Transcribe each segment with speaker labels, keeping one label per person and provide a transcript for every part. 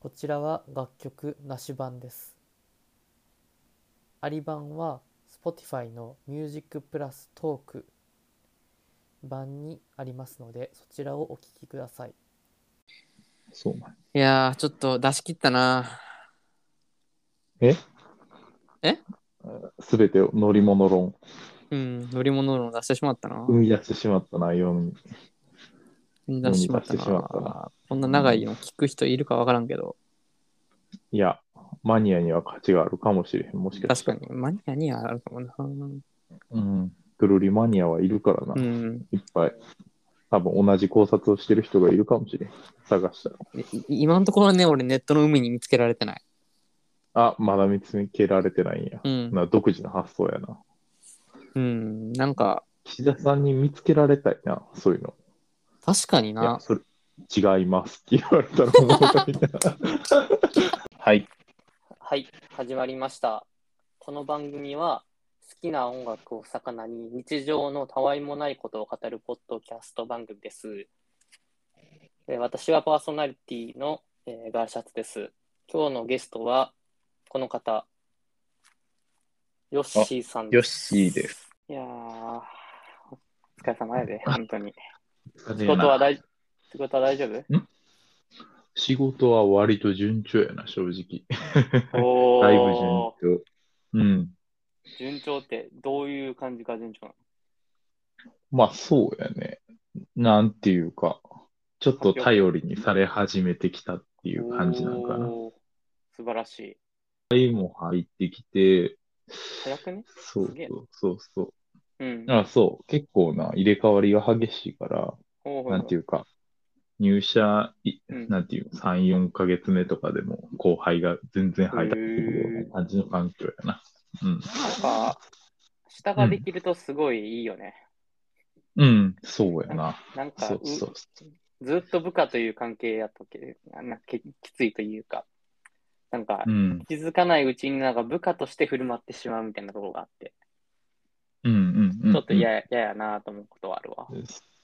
Speaker 1: こちらは楽曲なし版です。あり版は Spotify の Music プラストーク版にありますので、そちらをお聴きください。
Speaker 2: そうなん
Speaker 3: いやー、ちょっと出し切ったな。
Speaker 2: すべてを乗り物論、
Speaker 3: うん、乗り物論出してしまったな
Speaker 2: 生。み出してしまったな、世に。
Speaker 3: 出してしまった
Speaker 2: 出してしまった
Speaker 3: な。こんな長いの聞く人いるかわからんけど、
Speaker 2: いや、マニアには価値があるかもしれへん、もしかし
Speaker 3: 確
Speaker 2: た。
Speaker 3: からにマニアにはあるかもな。う
Speaker 2: うん。くるりマニアはいるからな、
Speaker 3: ん。
Speaker 2: いっぱい。多分同じ考察をしてる人がいるかもしれん。探したら。
Speaker 3: い今のところね、俺ネットの海に見つけられてない。
Speaker 2: あ、まだ見つけられてないんや。
Speaker 3: うん。
Speaker 2: な独自の発想やな。
Speaker 3: うん。なんか、
Speaker 2: 岸田さんに見つけられたいな、そういうの。
Speaker 3: 確かに
Speaker 2: いや
Speaker 3: な、。
Speaker 2: それ違いますって言われたら思うかみたいな。はい。
Speaker 1: はい、始まりました。この番組は好きな音楽を魚に日常のたわいもないことを語るポッドキャスト番組です。えー私はパーソナリティの、えーガーシャツです。今日のゲストはこの方、ヨッシーさん
Speaker 2: よ
Speaker 1: で
Speaker 2: っ
Speaker 1: す。
Speaker 2: しーです。
Speaker 1: いやー、お疲れ様やで、本当に。仕
Speaker 2: 仕
Speaker 1: 事は大仕事は大丈
Speaker 2: 仕事は割と順調やな、正直。
Speaker 1: 夫おー
Speaker 2: だいぶ順調。うん。
Speaker 1: 順調ってどういう感じか順調なの
Speaker 2: まあそうやね。なんていうか、ちょっと頼りにされ始めてきたっていう感じなんかな。
Speaker 1: おー素晴らしい。
Speaker 2: 愛も入ってきて、
Speaker 1: 早くね
Speaker 2: そう
Speaker 1: すげえ
Speaker 2: そうそうそ
Speaker 1: うん
Speaker 2: う。。あ、そう。結構な入れ替わりが激しいから、
Speaker 1: ほうほう
Speaker 2: なんていうか、入社い、
Speaker 1: うん
Speaker 2: なんていうの、3、4ヶ月目とかでも後輩が全然入ってくるような感じの環境やな。うん。
Speaker 1: なんか、下ができるとすごいいいよね。
Speaker 2: うん、そうやな。
Speaker 1: なんか
Speaker 2: そうそうそう。
Speaker 1: うずっと部下という関係やとけなんかききついというか、なんか、
Speaker 2: うん、
Speaker 1: 気づかないうちになんか部下として振る舞ってしまうみたいなところがあって、
Speaker 2: うん、うんうん。
Speaker 1: ちょっと嫌や,、嫌やなと思うことはあるわ。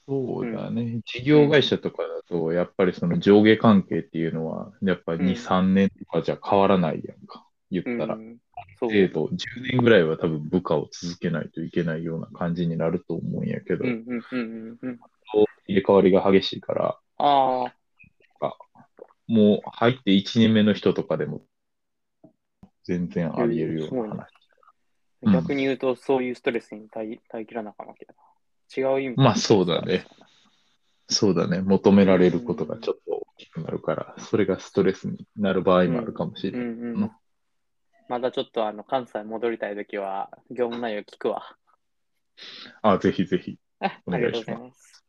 Speaker 2: そうだね。事業会社とかだと、やっぱりその上下関係っていうのは、やっぱり
Speaker 1: うん
Speaker 2: 2、3年とかじゃ変わらないやんか。言
Speaker 1: う
Speaker 2: ったら。
Speaker 1: ん。そう。
Speaker 2: えっと、10年ぐらいは多分部下を続けないといけないような感じになると思うんやけど、
Speaker 1: うんうんうんうんうん。
Speaker 2: 入れ替わりが激しいから、
Speaker 1: ああ、
Speaker 2: もう入って1年目の人とかでも、全然あり得るような話。うん
Speaker 1: 逆に言うと、そういうストレスに耐え耐えきらなあかんわけだな。違う意味
Speaker 2: まあそうだね。そうだね。求められることがちょっと大きくなるから、それがストレスになる場合もあるかもしれ
Speaker 1: う
Speaker 2: ない。
Speaker 1: んう
Speaker 2: うんん。
Speaker 1: まだちょっとあの関西戻りたいときは、業務内容聞くわ。
Speaker 2: あ、ぜひぜひ。
Speaker 1: あ
Speaker 2: お
Speaker 1: り
Speaker 2: 願
Speaker 1: が
Speaker 2: い
Speaker 1: とう
Speaker 2: し
Speaker 1: ござい
Speaker 2: ま
Speaker 1: ます。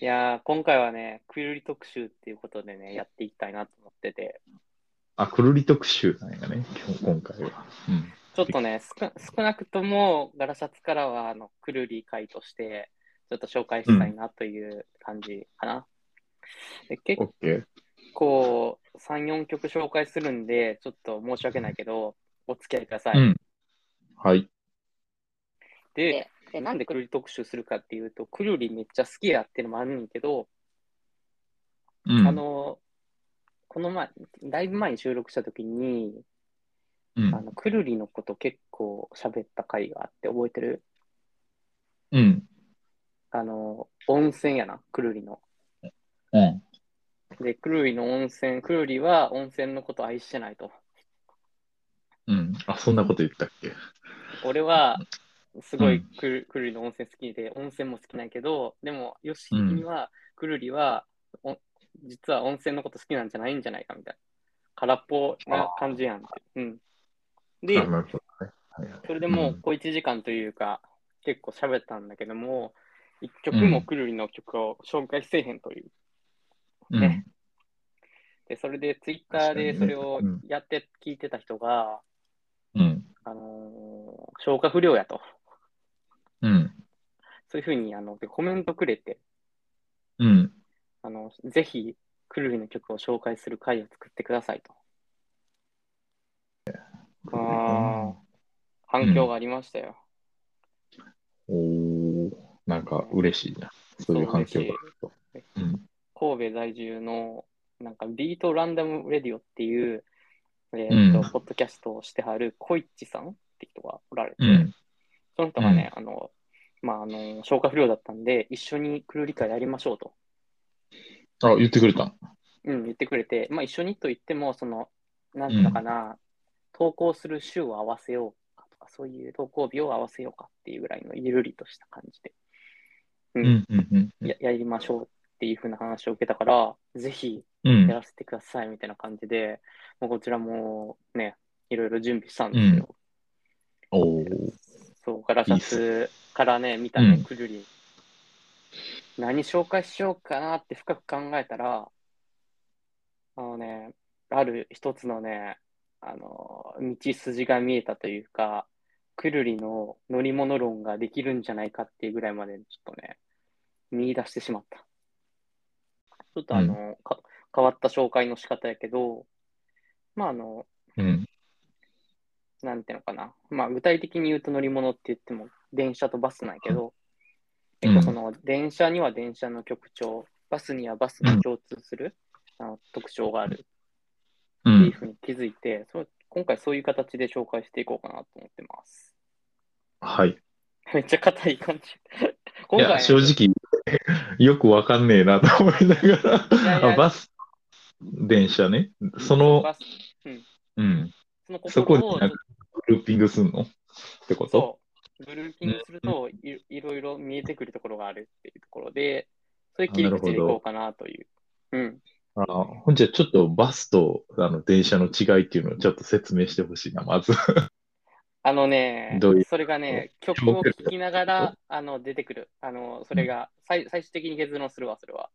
Speaker 1: いやー、今回はね、くるり特集っていうことでね、やっていきたいなと思ってて、
Speaker 2: あ、くるり特集なんやね、今日今回は。うん。
Speaker 1: ちょっとね、少少なくともガラシャツからは、あの、くるり会として、ちょっと紹介したいなという感じかな。で結
Speaker 2: オッケー。
Speaker 1: 構、3、4曲紹介するんで、ちょっと申し訳ないけど、お付き合いください。
Speaker 2: うんはい。
Speaker 1: で、なんでくるり特集するかっていうと、くるりめっちゃ好きやっていうのもあるんやけど、
Speaker 2: うん。
Speaker 1: あの、この前、だいぶ前に収録したときに、
Speaker 2: う
Speaker 1: あ
Speaker 2: ん、
Speaker 1: の、くるりのこと結構喋った回があって覚えてる
Speaker 2: うん。
Speaker 1: あの、温泉やな、くるりの。
Speaker 2: うん。
Speaker 1: で、くるりの温泉、くるりは温泉のこと愛してないと。
Speaker 2: うん。あ、そんなこと言ったっけ
Speaker 1: 俺は、すご
Speaker 2: う
Speaker 1: い
Speaker 2: ん
Speaker 1: くる,、くるりの温泉好きで、温泉も好きなんやけど、でも、よし、
Speaker 2: うん
Speaker 1: 君は、くるりは、お実は温泉のこと好きなんじゃないんじゃないかみたいな。空っぽな感じやんって。うん。で、
Speaker 2: あなるほどねはいはい
Speaker 1: それでもう小1時間というか、結構喋ったんだけども、一曲もくるりの曲を紹介せえへんという。
Speaker 2: うん
Speaker 1: ねで、それでツイッターで
Speaker 2: 確
Speaker 1: そ
Speaker 2: かにね
Speaker 1: れを
Speaker 2: うん
Speaker 1: やって聞いてた人が、
Speaker 2: うん。
Speaker 1: あのー消化不良やと。
Speaker 2: うん。
Speaker 1: そういうふうにあのでコメントくれて、
Speaker 2: うん。
Speaker 1: あのぜひくるりの曲を紹介する回を作ってくださいと。あー反響がありましたよ。
Speaker 2: おー、なんか嬉しいな。そういう環境があると。うん。
Speaker 1: 神戸在住のなんかビートランダムレディオっていう、えーと
Speaker 2: うん
Speaker 1: ポッドキャストをしてはるコイッチさんって人がおられて、
Speaker 2: うん。
Speaker 1: その人がね、あの、まあ、あの、消化不良だったんで、一緒にクルーリカやりましょうと、
Speaker 2: あ、言ってくれた。
Speaker 1: うん、言ってくれて、まあ、一緒にと言っても、その、なんていうのかな、投稿する週を合わせようかとか、そういう投稿日を合わせようかっていうぐらいのゆるりとした感じで、う
Speaker 2: うんん、うん、うん。
Speaker 1: ややりましょうっていうふうな話を受けたから、ぜひ
Speaker 2: うん
Speaker 1: や。らせてくださいみたいな感じで、もうこちらもね、いろいろ準備したんですよ。
Speaker 2: おー
Speaker 1: そう、ガラシャスからね、見た
Speaker 2: う
Speaker 1: ね
Speaker 2: ん、
Speaker 1: くるり。何紹介しようかなって深く考えたら、あのね、ある一つのね、あの、道筋が見えたというか、くるりの乗り物論ができるんじゃないかっていうぐらいまでちょっとね、見出してしまった。ちょっとあの、か変わった紹介の仕方やけど、まああの、
Speaker 2: うん。
Speaker 1: なんていうのかな、まあ、具体的に言うと乗り物って言っても、電車とバスなんやけど、
Speaker 2: うん
Speaker 1: 結構その電車には電車の曲調、バスにはバスの共通する、あの特徴がある
Speaker 2: う。
Speaker 1: っていうんふうに気づいて、そう今回そういう形で紹介していこうかなと思ってます。
Speaker 2: はい。
Speaker 1: めっちゃ硬い感じ。
Speaker 2: い
Speaker 1: 今回
Speaker 2: や、正直、 よくわかんねえなと思いなが
Speaker 1: いやい
Speaker 2: ら、
Speaker 1: や
Speaker 2: あバス、電車ね。その、
Speaker 1: バス
Speaker 2: うん。
Speaker 1: その
Speaker 2: そこ
Speaker 1: 心
Speaker 2: に
Speaker 1: を
Speaker 2: なんかグルーピングすんのってこと
Speaker 1: そう、グルーピングするといいろいろ見えてくるところがあるっていうところで、そういう切り口でいこうかなという。うん。
Speaker 2: あほんじゃ、ちょっとバスとあの電車の違いっていうのをちょっと説明してほしいな、まず。
Speaker 1: あのね
Speaker 2: どういう、
Speaker 1: それがね、曲を聴きながらあの出てくる。あのそれが最最終的に結論するわ、それは。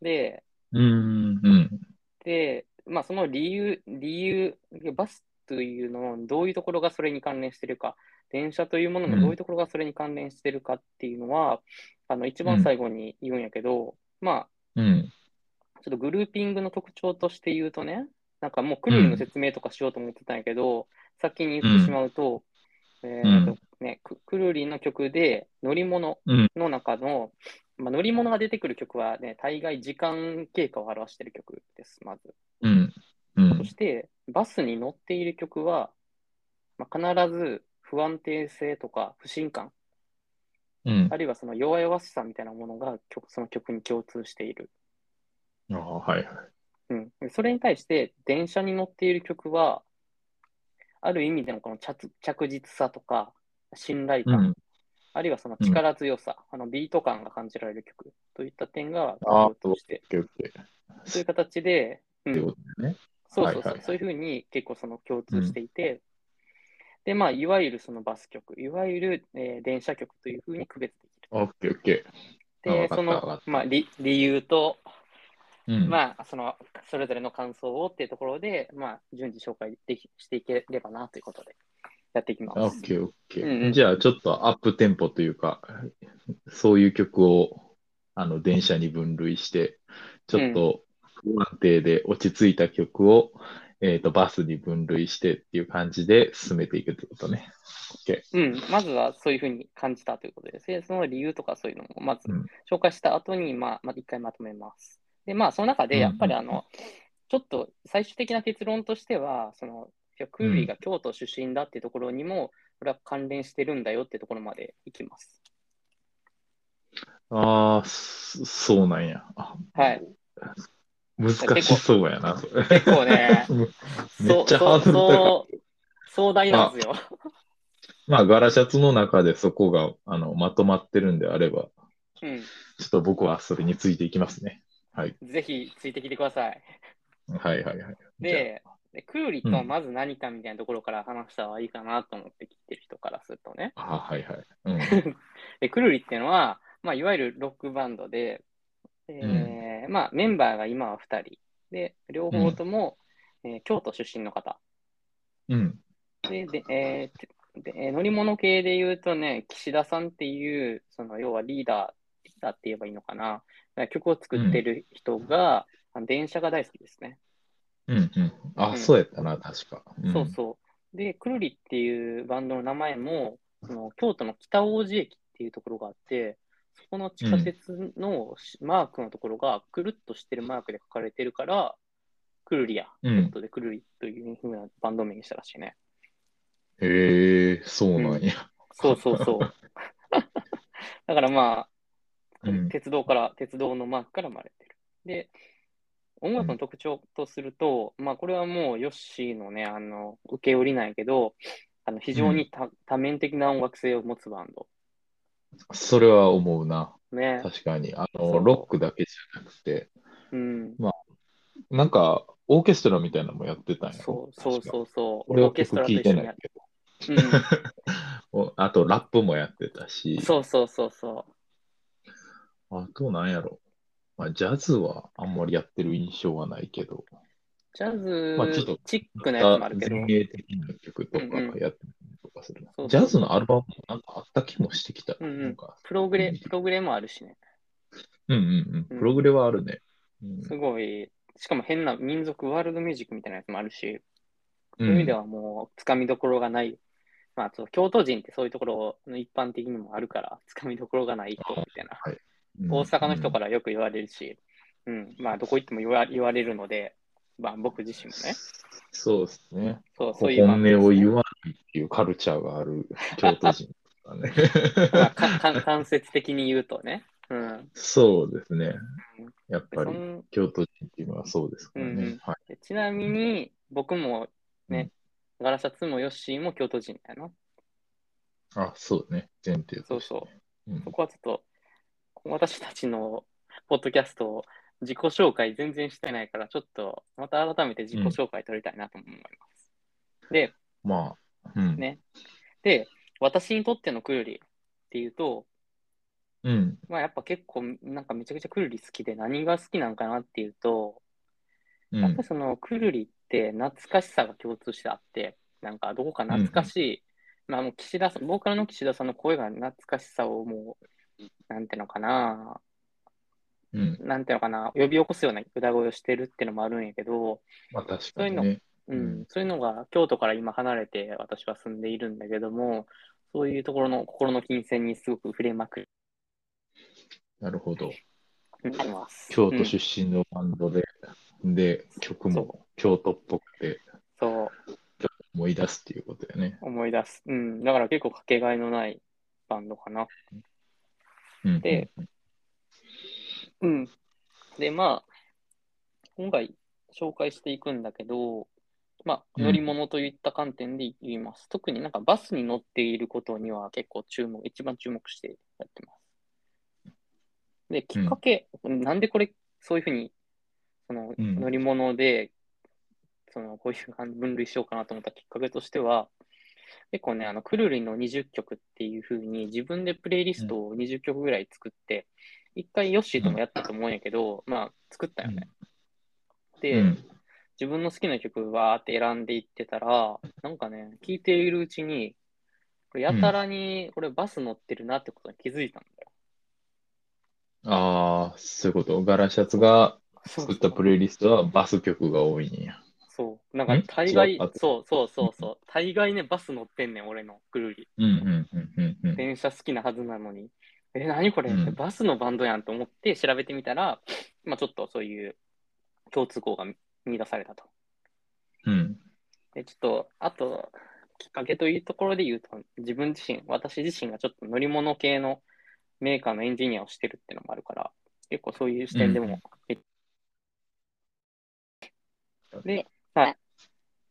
Speaker 1: で、
Speaker 2: うん、うん。
Speaker 1: でまあ、その理由、理由、バスというののどういうところがそれに関連してるか、電車というもののどういうところがそれに関連してるかっていうのは、あの一番最後に言うんやけど、ま
Speaker 2: うん。
Speaker 1: あ、ちょっとグルーピングの特徴として言うとね、なんかもうクルーの説明とかしようと思ってたんやけど、先に言ってしまうと、えーとね、くくるりの曲で乗り物
Speaker 2: うん
Speaker 1: の中の、まあ、乗り物が出てくる曲はね、大概時間経過を表してる曲です、まず。
Speaker 2: うん。う
Speaker 1: そ
Speaker 2: ん。
Speaker 1: して、バスに乗っている曲は、まあ、必ず不安定性とか不信感、
Speaker 2: うん
Speaker 1: あ。るいはその弱々しさみたいなものが曲その曲に共通している、
Speaker 2: ああ、はいはい。
Speaker 1: うん。それに対して、電車に乗っている曲は、ある意味でのこの着着実さとか信頼
Speaker 2: う
Speaker 1: 感、
Speaker 2: ん。
Speaker 1: あるいはその力強さ、あのビート感が感じられる曲といった点が
Speaker 2: ああ、
Speaker 1: 共通して、
Speaker 2: オッケーオッ
Speaker 1: そうい
Speaker 2: ケー
Speaker 1: う形で、う
Speaker 2: って
Speaker 1: ん
Speaker 2: こ、とだよね。
Speaker 1: そうそうそう、
Speaker 2: はいはいはい
Speaker 1: そういうふうに結構その共通していて、で、まあ、いわゆるそのバス曲、いわゆる、えー電車曲というふうに区別できる。
Speaker 2: オッケーオッケあわ
Speaker 1: で
Speaker 2: かっ、た
Speaker 1: そ
Speaker 2: わか
Speaker 1: の
Speaker 2: っ、た
Speaker 1: まあ、理理由と、
Speaker 2: ー。うん。
Speaker 1: まあ、その、それぞれの感想をっていうところで、まあ、順次紹介できしていければなということで、やっていきま
Speaker 2: オ
Speaker 1: す
Speaker 2: ッ。ケーオッケ
Speaker 1: うんう
Speaker 2: ー。
Speaker 1: ん
Speaker 2: じゃあ、ちょっとアップテンポというか、そういう曲を、あの、電車に分類して、ちょっと不安定で落ち着いた曲を、えっと、バスに分類してっていう感じで進めていくってことね。
Speaker 1: うん、まずはそういうふうに感じたということです。で、その理由とかそういうのも、まず
Speaker 2: うん
Speaker 1: 紹介した後に、まあ、まあ、一回まとめます。で、まあ、その中で、
Speaker 2: うん
Speaker 1: やっぱりあの、ちょっと最終的な結論としては、その、いやクーリーが京都出身だっていうところにも、これは関連してるんだよっていうところまでいきます。
Speaker 2: ああ、そそうなんや。あ
Speaker 1: はい。
Speaker 2: 難しそうやな、それ。、
Speaker 1: 結構ね
Speaker 2: め
Speaker 1: そ
Speaker 2: っ
Speaker 1: う、
Speaker 2: ちゃハ
Speaker 1: そう、
Speaker 2: ードル高い。
Speaker 1: そう、壮大なんですよ。
Speaker 2: まあ、ガラシャツの中でそこが、あの、まとまってるんであれば、
Speaker 1: う
Speaker 2: ちょっと僕はそれについていきますね。はい。
Speaker 1: ん、ぜひついてきてください。
Speaker 2: はいはいはい。
Speaker 1: で、でクーリーと
Speaker 2: うん
Speaker 1: まず何かみたいなところから話した方がいいかなと思って聞いてる人からするとね。
Speaker 2: じゃあ、あはいはい。うん。
Speaker 1: で、くるりっていうのは、まあ、いわゆるロックバンドで、えーまあ、メンバーが今は2人。で、両方とも、えー京都出身の方。
Speaker 2: うん。
Speaker 1: で、でえーてでえー乗り物系で言うとね、岸田さんっていう、その要はリーダー、リーダーって言えばいいのかな。曲を作ってる人が、あの電車が大好きですね。
Speaker 2: うんうん。あ、
Speaker 1: うん
Speaker 2: そうやったな、確か。うん
Speaker 1: そうそう。で、くるりっていうバンドの名前も、その京都の北大路駅っていうところがあって、そこの地下鉄のしマークのところがくるっとしてるマークで書かれてるから、クルリア。
Speaker 2: う
Speaker 1: というんこ。とで、クルリというふうなバンド名にしたらしいね。
Speaker 2: へえ、そうなんや。
Speaker 1: そうそう そう。だからまあ、
Speaker 2: うん
Speaker 1: 鉄道から、鉄道のマークから生まれてる。で、音楽の特徴とすると、まあこれはもうヨッシーのね、あの、受け売りなんやけど、あの非常に多多面的な音楽性を持つバンド。
Speaker 2: それは思うな。
Speaker 1: ね。
Speaker 2: 確かに。あ
Speaker 1: そ
Speaker 2: の、
Speaker 1: う
Speaker 2: ロックだけじゃなくて、
Speaker 1: うん。
Speaker 2: なんか、オーケストラみたいなのもやってたんや
Speaker 1: そ
Speaker 2: ろ
Speaker 1: うそう
Speaker 2: 確か
Speaker 1: そうそう。
Speaker 2: 俺
Speaker 1: オ
Speaker 2: は
Speaker 1: ーケストラ
Speaker 2: 曲
Speaker 1: と
Speaker 2: 聞
Speaker 1: 一
Speaker 2: い
Speaker 1: 緒
Speaker 2: て
Speaker 1: に
Speaker 2: な
Speaker 1: や
Speaker 2: い
Speaker 1: る。う
Speaker 2: け
Speaker 1: ん
Speaker 2: ど。おあと、ラップもやってたし、
Speaker 1: そうそうそうそ
Speaker 2: あと、なんやろ。まあ、ジャズはあんまりやってる印象はないけど、
Speaker 1: う。ジャズ、
Speaker 2: まあちょっと
Speaker 1: チックなやつもあるけど
Speaker 2: 前。衛的な曲とか
Speaker 1: うんうん
Speaker 2: やってたりとかするな
Speaker 1: そうそう
Speaker 2: ジャズのアルバムもなんかあった気もしてきた。
Speaker 1: うんうん
Speaker 2: なんか、
Speaker 1: プログレ、プログレもあるしね。
Speaker 2: うんうんうん。プログレはあるね。うん
Speaker 1: すごい、しかも変な民族ワールドミュージックみたいなやつもあるし、そうういう意味で
Speaker 2: ん
Speaker 1: はもうつかみどころがない。まあ、そう京都人ってそういうところの一般的にもあるから、つかみどころがない人みたいな。
Speaker 2: うん
Speaker 1: 大阪の人からよく言われるし、うん、まあ、どこ行っても言わ言われるので、まあ、僕自身もね、
Speaker 2: そうですね。
Speaker 1: そうそういう
Speaker 2: 本音を言
Speaker 1: う。
Speaker 2: わないっていうカルチャーがある京都人だね。
Speaker 1: まあ、か か間接的に言うとね。うん。
Speaker 2: そうですね。やっ
Speaker 1: で
Speaker 2: ぱ
Speaker 1: そ
Speaker 2: り
Speaker 1: ん
Speaker 2: 京都人っていうのはそうですから
Speaker 1: うんう
Speaker 2: ね
Speaker 1: ん。
Speaker 2: はい
Speaker 1: でちなみに、僕もね、ガラシャツもヨッシーも京都人だよな。
Speaker 2: あ、そうね。前提
Speaker 1: そ
Speaker 2: と
Speaker 1: う
Speaker 2: して
Speaker 1: そう。
Speaker 2: うん
Speaker 1: そこはちょっと、私たちのポッドキャストを自己紹介全然してないから、ちょっとまた改めて自己紹介取りたいなと思います。で、
Speaker 2: まあ、うん。
Speaker 1: ねで、私にとってのクルリっていうと、
Speaker 2: うん。
Speaker 1: まあやっぱ結構なんかめちゃくちゃクルリ好きで何が好きなんかなっていうと、
Speaker 2: う
Speaker 1: やっぱ
Speaker 2: ん
Speaker 1: り。そのクルリって懐かしさが共通してあって、なんかどこか懐かしい、まあもう岸田さん、ボーカルの岸田さんの声が懐かしさをもう、なんていうのかな、
Speaker 2: うん。
Speaker 1: なんていうのかな、呼び起こすような歌声をしてるってのもあるんやけど、
Speaker 2: まあ確かにね。
Speaker 1: うん
Speaker 2: うん
Speaker 1: そういうのが京都から今離れて私は住んでいるんだけども、そういうところの心の金銭にすごく触れまく
Speaker 2: なるほど。
Speaker 1: ってます。
Speaker 2: 京
Speaker 1: うん
Speaker 2: 都出身のバンドで、で、曲も京都っぽくて
Speaker 1: そう、
Speaker 2: 思い出すっていうことだよね。
Speaker 1: 思い出す。うん、だから結構かけがえのないバンドかな。
Speaker 2: うん。
Speaker 1: でうん。で、まあ、今回紹介していくんだけど、まあ、
Speaker 2: うん
Speaker 1: 乗り物といった観点で言います。特になんかバスに乗っていることには結構注目、一番注目してやってます。で、きっかけ、なんでこれ、そういうふうに、その
Speaker 2: うん
Speaker 1: 乗り物で、そのこういう感じ分類しようかなと思ったきっかけとしては、結構ね、あの、くるりの20曲っていうふうに、自分でプレイリストを20曲ぐらい作って、一回ヨッシーともやったと思うんやけど、まあ、作ったよね。で、
Speaker 2: うん
Speaker 1: 自分の好きな曲わーって選んでいってたら、なんかね、聴いているうちに、これやたらに、これバス乗ってるなってことに気づいたんだよ。
Speaker 2: ああ、そういうこと。ガラシャツが
Speaker 1: そう
Speaker 2: 作ったプレイリストはバス曲が多いんや。
Speaker 1: そう。なんか
Speaker 2: ん
Speaker 1: 大概
Speaker 2: 違うあ、
Speaker 1: そうそうそうそう。大概ね、バス乗ってんねん、俺のぐるり。
Speaker 2: うんうんうんうんうん。
Speaker 1: 電車好きなはずなのに。え、何これ、
Speaker 2: うん
Speaker 1: バスのバンドやんと思って調べてみたら、まあちょっとそういう共通項が見見出されたと。
Speaker 2: うん。
Speaker 1: で、ちょっと、あと、きっかけというところで言うと、自分自身、私自身がちょっと乗り物系のメーカーのエンジニアをしてるってのもあるから、結構そういう視点でも、で、はい。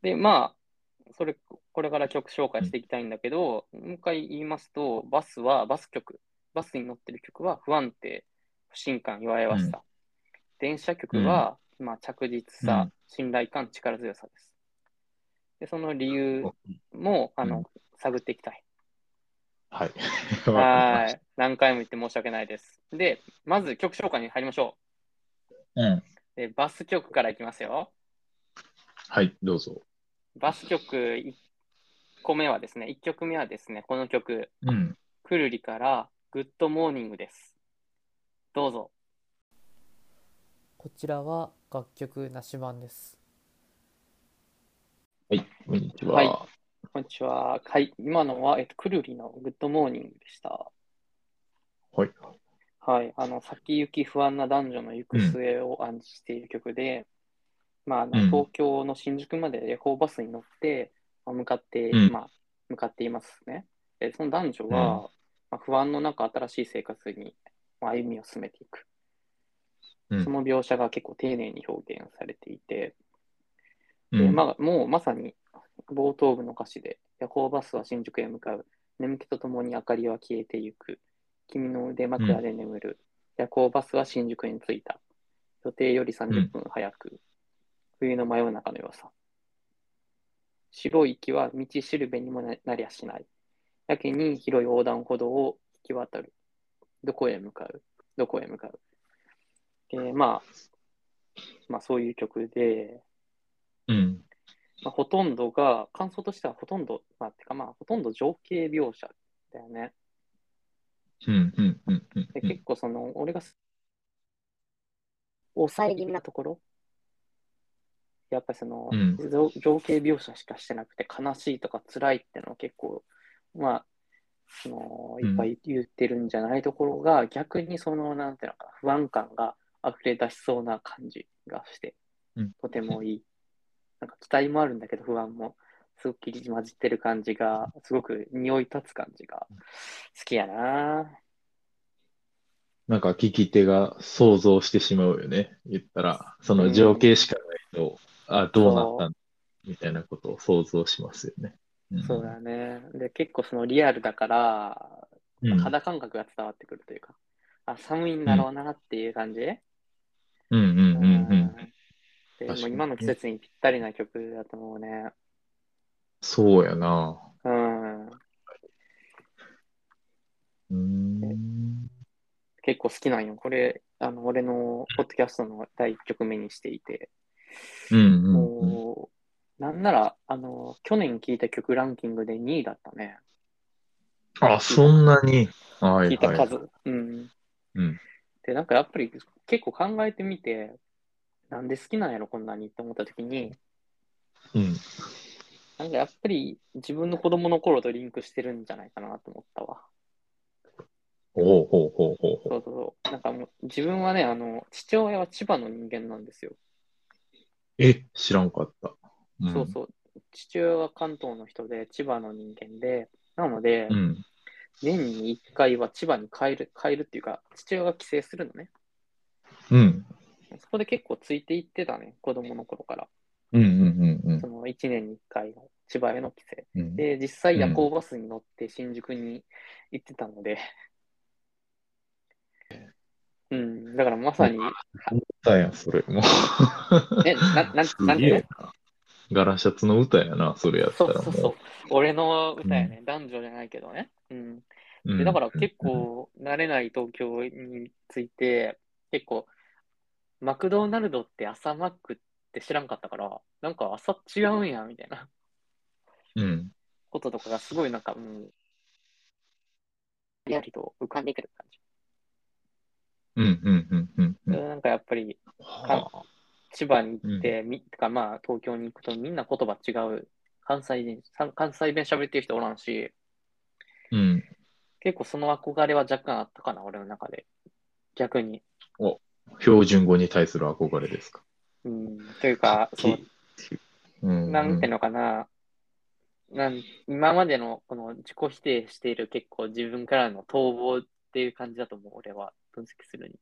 Speaker 1: で、まあ、それ、これから曲紹介していきたいんだけど、もう一回言いますと、バスは、バス曲、バスに乗ってる曲は不安定、不信感、弱々しさ。電車曲は、まあ、着実さ、
Speaker 2: うん
Speaker 1: 信頼感、力強さです。で、その理由も、あの、
Speaker 2: うん
Speaker 1: 探っていきたい。
Speaker 2: はい。
Speaker 1: は
Speaker 2: わかりまし
Speaker 1: い。何回も言って申し訳ないです。で、まず曲紹介に入りましょ
Speaker 2: たうん。
Speaker 1: う。で、バス曲からいきますよ。
Speaker 2: はい、どうぞ。
Speaker 1: バス曲1個目はですね、1曲目はですね、この曲、
Speaker 2: うん。
Speaker 1: くるりから、グッドモーニングです。どうぞ。
Speaker 4: こちらは楽曲なし版です。
Speaker 2: はい、こんにちは。
Speaker 1: はいこんにちは。はい。今のは、えっと、くるりのグッドモーニングでした。
Speaker 2: はい。
Speaker 1: はい。あの、先行き不安な男女の行く末を暗示している曲で、まあ、あの
Speaker 2: うん
Speaker 1: 東京の新宿まで夜行バスに乗って、まあ向かって、
Speaker 2: うん
Speaker 1: まあ、向かっていますね。で、その男女は、
Speaker 2: うん
Speaker 1: まあ、不安の中、新しい生活に、まあ、歩みを進めていく。
Speaker 2: うん
Speaker 1: その描写が結構丁寧に表現されていて、
Speaker 2: う
Speaker 1: で
Speaker 2: ん
Speaker 1: まあ、もうまさに冒頭部の歌詞で、夜行バスは新宿へ向かう、眠気とともに明かりは消えてゆく、君の腕枕で眠る、夜行バスは新宿に着いた、予定より30分早く、冬の真夜中の良さ。白い息は道しるべにもななりゃしない。やけに広い横断歩道を行き渡る。どこへ向かうどこへ向かうで、まあ、まあそういう曲で、
Speaker 2: うん
Speaker 1: まあ、ほとんどが、感想としてはほとんど、まあ、てかまあ、ほとんど情景描写だよね。
Speaker 2: うんうんうんうん
Speaker 1: で結構その、俺がす、抑え気味なところ、やっぱりその、
Speaker 2: うん
Speaker 1: 情情景描写しかしてなくて、悲しいとか辛いってのを結構、まあ、その
Speaker 2: うん
Speaker 1: いっぱい言ってるんじゃないところが、逆にその、なんていうのかな、不安感が溢れ出しそうな感じがして、
Speaker 2: うん
Speaker 1: とてもいい。 なんか期待もあるんだけど、不安も、すごく入り混じってる感じが、すごく匂い立つ感じが、好きやな
Speaker 2: なんか聞き手が想像してしまうよね。言ったら、その情景しかないと、あ、どうなったんだみたいなことを想像しますよね。うん
Speaker 1: そうだね。で、結構そのリアルだから、
Speaker 2: うん
Speaker 1: 肌感覚が伝わってくるというか、あ、寒いんだろうなっていう感じ。
Speaker 2: うんうん
Speaker 1: う
Speaker 2: うんうん。
Speaker 1: で、
Speaker 2: 確か
Speaker 1: もう
Speaker 2: に
Speaker 1: 今の季節にぴったりな曲だと思うね。
Speaker 2: そうやな。
Speaker 1: うん。
Speaker 2: うーん。
Speaker 1: 結構好きなんよ。これ、あの、俺のポッドキャストの第1曲目にしていて、
Speaker 2: うんうんうん。
Speaker 1: もう、なんなら、あの、去年聴いた曲ランキングで2位だったね。
Speaker 2: あ、そんなに。はい
Speaker 1: 聞いた
Speaker 2: はい。
Speaker 1: 数。うん。
Speaker 2: うん
Speaker 1: で、なんかやっぱり結構考えてみて、なんで好きなんやろ、こんなにって思った時に、
Speaker 2: うん。
Speaker 1: なんかやっぱり自分の子供の頃とリンクしてるんじゃないかなと思ったわ。
Speaker 2: ほうほうほうほうほ
Speaker 1: そうそうそう。なんかもう自分はね、あの、父親は千葉の人間なんですよ。
Speaker 2: う。え、知らんかった。うん
Speaker 1: そうそう。父親は関東の人で、千葉の人間で、なので、
Speaker 2: うん。
Speaker 1: 年に1回は千葉に帰る、帰るっていうか、父親が帰省するのね。
Speaker 2: うん。
Speaker 1: そこで結構ついていってたね、子供の頃から。
Speaker 2: うんうんうんうん
Speaker 1: その1年に1回の千葉への帰省。
Speaker 2: うん。
Speaker 1: で、実際夜行バスに乗って新宿に行ってたので、うん、だからまさに、
Speaker 2: 歌やん、それもう。
Speaker 1: え、ななん
Speaker 2: す
Speaker 1: なん
Speaker 2: げえ
Speaker 1: て
Speaker 2: な。ガラシャツの歌やな、それやった
Speaker 1: そ
Speaker 2: ら
Speaker 1: う
Speaker 2: も
Speaker 1: そうそう、俺の歌やね、男女じゃないけどね。うん、
Speaker 2: う。
Speaker 1: でだから
Speaker 2: うん
Speaker 1: 結構慣れない東京について、結構、マクドナルドって朝マックって知らんかったから、なんか朝違うんや、みたいな
Speaker 2: うん。
Speaker 1: こととかがすごいなんか、うん、リアリと浮かんでくる感じ。
Speaker 2: うんうんうんうんう
Speaker 1: そ
Speaker 2: ん。
Speaker 1: れなんかやっぱり、
Speaker 2: はあ
Speaker 1: 千葉に行って、みてかまあ東京に行くとみんな言葉違う関西人さん関西弁喋ってる人おらんし
Speaker 2: うん。
Speaker 1: 結構その憧れは若干あったかな俺の中で逆に、
Speaker 2: 標準語に対する憧れですか。
Speaker 1: うん、というかそう
Speaker 2: うん。
Speaker 1: なんていうのかななん今までのこの自己否定している結構自分からの逃亡っていう感じだと思う俺は分析するに、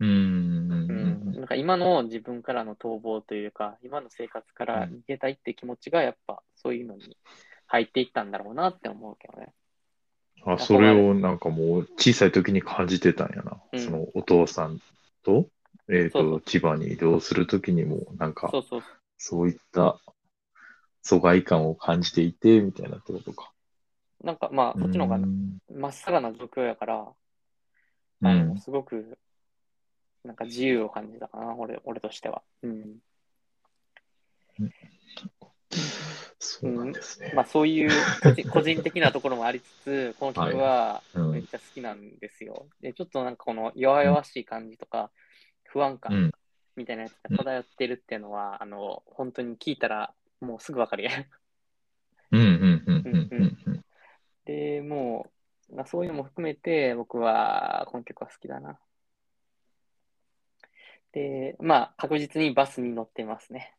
Speaker 2: うんうんう
Speaker 1: うん、
Speaker 2: ん
Speaker 1: なんか今の自分からの逃亡というか今の生活から逃げたいって気持ちがやっぱそういうのに入っていったんだろうなって思うけどね
Speaker 2: うん。あ、それをなんかもう小さい時に感じてたんやな。
Speaker 1: うん
Speaker 2: そのお父さんと、えっ、
Speaker 1: そうそ
Speaker 2: と、千葉に移動するときにも、なんか
Speaker 1: そうそう
Speaker 2: そういった疎外感を感じていて、みたいなってことか。
Speaker 1: なんかまあ、こっちの方が
Speaker 2: うん
Speaker 1: まっさらな状況やから、
Speaker 2: う
Speaker 1: あの
Speaker 2: ん。
Speaker 1: すごく、なんか自由を感じたかな、俺俺としては。うん。
Speaker 2: そうなんですね。
Speaker 1: まあ、そういう個人個人的なところもありつつ、この曲は
Speaker 2: うん
Speaker 1: めっちゃ好きなんですよ。で、ちょっとなんかこの弱々しい感じとか、不安
Speaker 2: う
Speaker 1: 感
Speaker 2: ん
Speaker 1: みたいなやつが漂ってるっていうのは、あの、本当に聞いたら、もうすぐわかるやん。
Speaker 2: うんうんうんうんうんうん。
Speaker 1: で、もう、まあ、そういうのも含めて、僕はこの曲は好きだな。で、まあ、確実にバスに乗ってますね。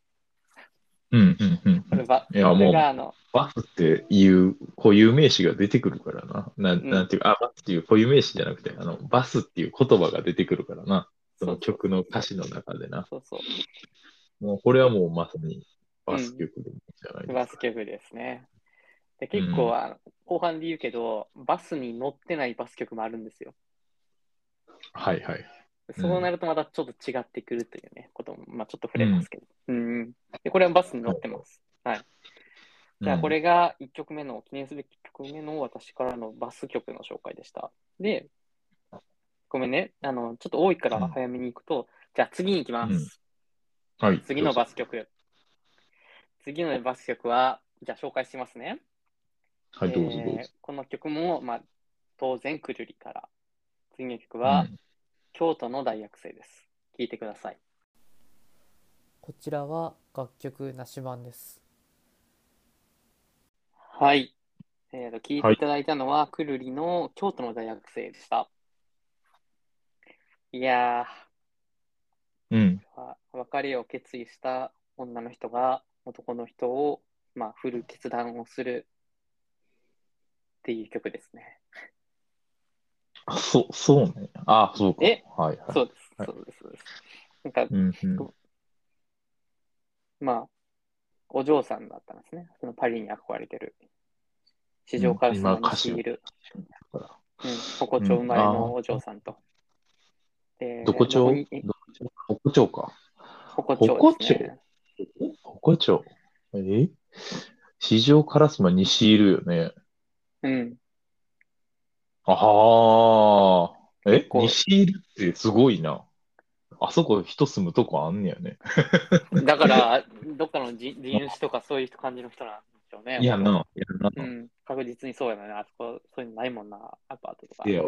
Speaker 2: うんうんうん。
Speaker 1: これば、
Speaker 2: いや
Speaker 1: これ
Speaker 2: もう
Speaker 1: があの、
Speaker 2: バスっていう固有名詞が出てくるからな。な
Speaker 1: うん
Speaker 2: なんていうか、あ、バスっていう固有名詞じゃなくて、あの、バスっていう言葉が出てくるからな。その曲の歌詞の中でな。
Speaker 1: そうそう、
Speaker 2: もうこれはもうまさにバス曲でいいんじゃないですか。
Speaker 1: バス曲ですね。で、結構、
Speaker 2: うん
Speaker 1: あの後半で言うけど、バスに乗ってないバス曲もあるんですよ。
Speaker 2: はいはい。
Speaker 1: そうなるとまたちょっと違ってくるというね、ことも、まあ、ちょっと触れますけど。うんうんで、これはバスに乗ってます。はい。じゃあ、これが1曲目の、記念すべき1曲目の私からのバス曲の紹介でした。で、ごめんね、あの、ちょっと多いから早めに行くと、じゃあ次に行きます。
Speaker 2: うんうん、はい、
Speaker 1: 次の
Speaker 2: どう
Speaker 1: バス曲。次のバス曲は、じゃあ紹介しますね。
Speaker 2: ぞ。はい、どうぞ
Speaker 1: えー
Speaker 2: どうぞ。
Speaker 1: この曲も、まあ、当然くるりから。次の曲は、
Speaker 2: うん
Speaker 1: 京都の大学生です。聴いてください。
Speaker 4: こちらは楽曲なし版です
Speaker 1: はい。えーと、聴いていただいたのは、くるりの京都の大学生でした。いや
Speaker 2: うん。
Speaker 1: ー、わ別れを決意した女の人が男の人を、まあ、振る決断をするっていう曲ですね。
Speaker 2: あ、そう、そうね。あ、そうか。
Speaker 1: え
Speaker 2: はいはい。
Speaker 1: そうです、
Speaker 2: はい
Speaker 1: そうです、そうです。なんか、
Speaker 2: うんうん
Speaker 1: まあ、お嬢さんだったんですね。そのパリに憧れてる。市場からその西にいる、
Speaker 2: だか
Speaker 1: うん、誇張生まれ
Speaker 2: うんあー
Speaker 1: のお嬢さんと。で
Speaker 2: らどこ
Speaker 1: ど
Speaker 2: 町
Speaker 1: にえ
Speaker 2: どこ町どこ町か。
Speaker 1: 誇張です
Speaker 2: 誇
Speaker 1: ね。
Speaker 2: どこ町え市場烏丸西いるよね。
Speaker 1: うん。
Speaker 2: あはー。え
Speaker 1: 結構
Speaker 2: 西いるってすごいな。あそこ人住むとこあんねやね。
Speaker 1: だから、どっかの人人種とかそういう感じの人なんでしょうね。
Speaker 2: いやな、いやな。
Speaker 1: うん。確実にそうやな。あそこ、そういうのないもんな。アパートとか。
Speaker 2: いや、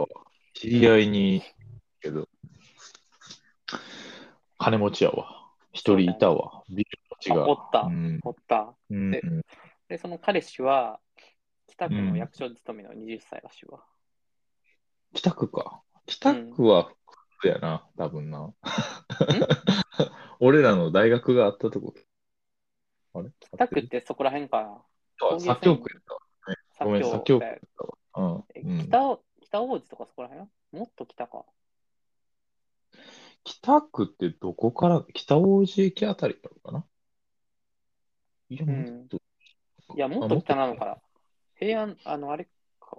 Speaker 2: 知り合いに、けど、金持ちやわ。一人いたわ。ビル持ちが。
Speaker 1: あおった
Speaker 2: うん。
Speaker 1: おった。
Speaker 2: うん
Speaker 1: でで、その彼氏は、北区の役所勤めの20歳らしいわ。
Speaker 2: 北区か。北区は普通やな、多分な。 俺らの大学があったとこ。あれ
Speaker 1: 北区ってそこら辺かな。
Speaker 2: あ左京区やったわ。
Speaker 1: 左
Speaker 2: ごめん、左京区やったわ。
Speaker 1: え
Speaker 2: うん。うん
Speaker 1: 北を北王子とかそこら辺もっと北か。
Speaker 2: 北区ってどこから、北大路駅あたりなのかないや、
Speaker 1: うん
Speaker 2: もっと
Speaker 1: いや、もっと北なのかな。平安、あの、あれか。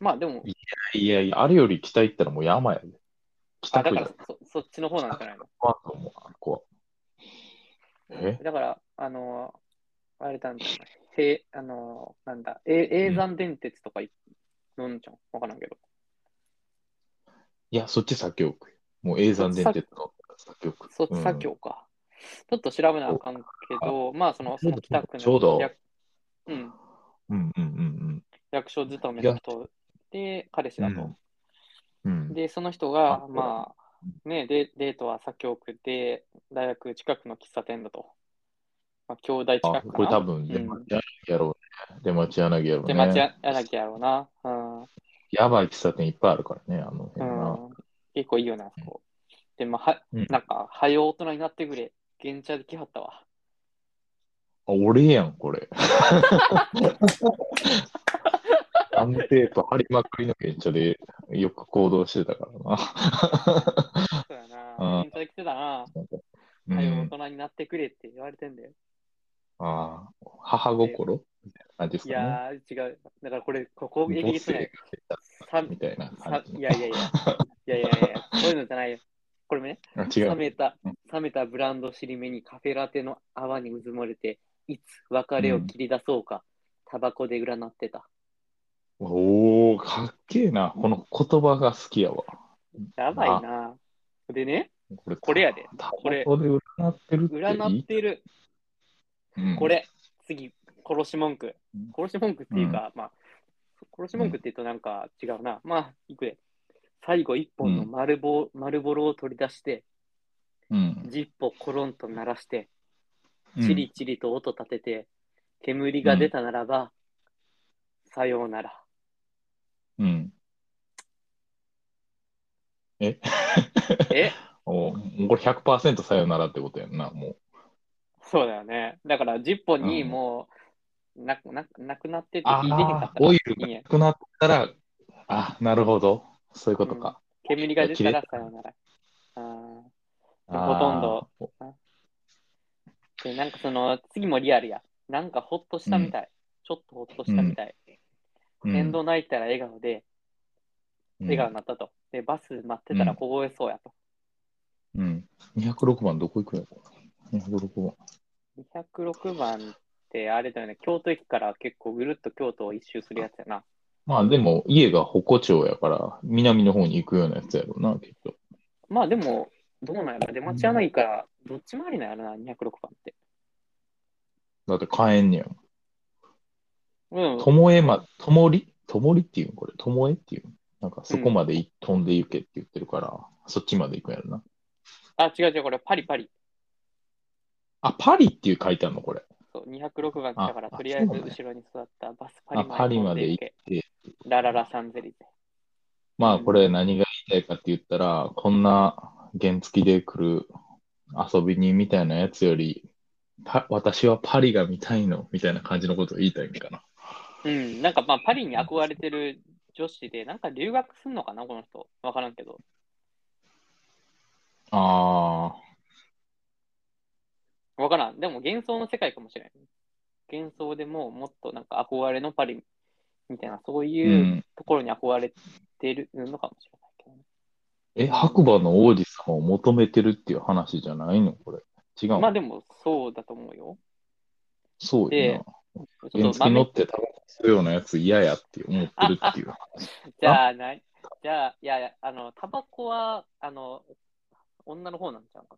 Speaker 1: まあでも、
Speaker 2: いやいや、あれより北行ったらもう山やで。
Speaker 1: あ
Speaker 2: 北
Speaker 1: だ
Speaker 2: 区
Speaker 1: か
Speaker 2: や
Speaker 1: らそそっちの方なんじゃないの
Speaker 2: あと思う、あの子は。え
Speaker 1: だから、あの、あれなんじゃない平、あの、なんだ、え永山電鉄とかい飲んじゃん。わからんけど。
Speaker 2: いや、そっち左京区。もう永山電鉄の左京区。
Speaker 1: そっ
Speaker 2: う
Speaker 1: ち
Speaker 2: ん
Speaker 1: 左京か。ちょっと調べなあかんけど、まあその、その北区の
Speaker 2: ちょうど
Speaker 1: 役うん、
Speaker 2: うんうんうん
Speaker 1: 役所勤めの人で、彼氏だと。
Speaker 2: うん。うん、
Speaker 1: で、その人が
Speaker 2: あ、
Speaker 1: まあ、ね、デデートは左京区で、大学近くの喫茶店だと。まあ、兄弟近く
Speaker 2: あ、
Speaker 1: かな。
Speaker 2: これ多分出町柳やろうね。出町柳やろう
Speaker 1: で、
Speaker 2: ね。
Speaker 1: 町ややなきゃやろうな。うん。
Speaker 2: やばい喫茶店いっぱいあるからね、あの辺な。
Speaker 1: うん、結構いいよな、あそこ。で、まあ、は
Speaker 2: うん
Speaker 1: なんか、はよ大人になってくれ。現茶で来はったわ。
Speaker 2: あ、俺やん、これ。アンテープ貼りまくりの現茶でよく行動してたから
Speaker 1: そうや
Speaker 2: うん
Speaker 1: な。現茶で来てたな。
Speaker 2: な。
Speaker 1: は
Speaker 2: う
Speaker 1: よ
Speaker 2: ん
Speaker 1: 大人になってくれって言われてんだよ。
Speaker 2: ああ、母心みたいな感じです
Speaker 1: い
Speaker 2: かね。
Speaker 1: やー、違う。だからこれ、ここ、え
Speaker 2: 母
Speaker 1: げつない
Speaker 2: 性。が
Speaker 1: さ
Speaker 2: 出たみたいな感
Speaker 1: さ
Speaker 2: じ
Speaker 1: い
Speaker 2: の。
Speaker 1: やいやいや。いやいやいや、そういうのじゃないよ。これね。
Speaker 2: あ違
Speaker 1: 冷
Speaker 2: う。
Speaker 1: めた、冷めたブランド尻目にカフェラテの泡にうずもれて、いつ別れを切り出そうか、タバコで占ってた。
Speaker 2: おお、かっけえな。この言葉が好きやわ。
Speaker 1: やばいな。でね、
Speaker 2: これ、
Speaker 1: これやで。
Speaker 2: タ
Speaker 1: これ
Speaker 2: バコで占ってるっていい
Speaker 1: 占ってる、
Speaker 2: うん
Speaker 1: これ、次、殺し文句
Speaker 2: うん。
Speaker 1: 殺し文句っていうか、まあ、殺し文句って言うとなんか違うな。まあ、いくで。最後一本の丸棒、丸ボロを取り出して、
Speaker 2: うん。
Speaker 1: ジッポコロンと鳴らして、
Speaker 2: うん
Speaker 1: チリチリと音立てて、煙が出たならば、さような ら。
Speaker 2: うん。え
Speaker 1: え
Speaker 2: おこれ100%さよならってことやんな、も
Speaker 1: そうだよね。だから、ジッポにもう、なくななくなってて、
Speaker 2: あー
Speaker 1: 聞いてへんかったら
Speaker 2: オ
Speaker 1: い
Speaker 2: イル
Speaker 1: いんや
Speaker 2: う。。なくなったら、あ、なるほど。そういうことか。
Speaker 1: 煙が出たら
Speaker 2: 切
Speaker 1: さよなら。あ
Speaker 2: あ
Speaker 1: ー
Speaker 2: ー
Speaker 1: ほとんど。で、なんかその、次もリアルや。なんかほっとしたみたい。ちょっとほっとしたみたい。
Speaker 2: うん
Speaker 1: 先導泣いたら笑顔で、
Speaker 2: うん
Speaker 1: 笑顔になったと。で、バス待ってたら凍えそうやと。
Speaker 2: うん。206番どこ行くんやろな ?206 番。
Speaker 1: 206番って、あれだよね、京都駅から結構ぐるっと京都を一周するやつやな。
Speaker 2: まあでも、家が保護町やから、南の方に行くようなやつやろうな、きっと。
Speaker 1: まあでも、どうなんやろ、出町柳から、どっち回りなんやろな、206番って。
Speaker 2: だって帰んねやもん。
Speaker 1: うん、
Speaker 2: ともえま、ともりともりっていうのこれ、ともえっていうのなんかそこまでい、飛んで行けって言ってるから、そっちまで行くんやろな。
Speaker 1: あ、違う違う、これパリパリ。
Speaker 2: あ、パリっていう書いてあるの、これ。
Speaker 1: そう、206番来たから、
Speaker 2: ああ
Speaker 1: とりあえず
Speaker 2: そう
Speaker 1: 後
Speaker 2: なんや
Speaker 1: ろに座ったバスパ
Speaker 2: あ、
Speaker 1: リ
Speaker 2: パリまで
Speaker 1: 飛ん
Speaker 2: 行
Speaker 1: け
Speaker 2: って。
Speaker 1: ラララサンゼリゼ。
Speaker 2: まあこれ何が言いたいかって言ったら、こんな原付で来る遊び人みたいなやつより、パ私はパリが見たいのみたいな感じのことを言いたいんかな。
Speaker 1: うん、なんかまあ、パリに憧れてる女子で、なんか留学すんのかな、この人。わからんけど。
Speaker 2: あ
Speaker 1: わからん。でも幻想の世界かもしれん。幻想でももっとなんか憧れのパリみたいな、そう
Speaker 2: あ、う。
Speaker 1: いうんところに憧れてるのかもしれないけどね。
Speaker 2: え、白馬の王子様を求めてるっていう話じゃないのこれ。違うの、
Speaker 1: まあでもそうだと思うよ。
Speaker 2: そうよ
Speaker 1: ち
Speaker 2: な。
Speaker 1: ょっ
Speaker 2: 原
Speaker 1: と
Speaker 2: 付乗
Speaker 1: 豆
Speaker 2: ってタバコ吸うようなやつ嫌やって思ってるっ ていう。
Speaker 1: じゃあない。じゃあ、いやいや、あの、タバコは、あの、女の方なんちゃうか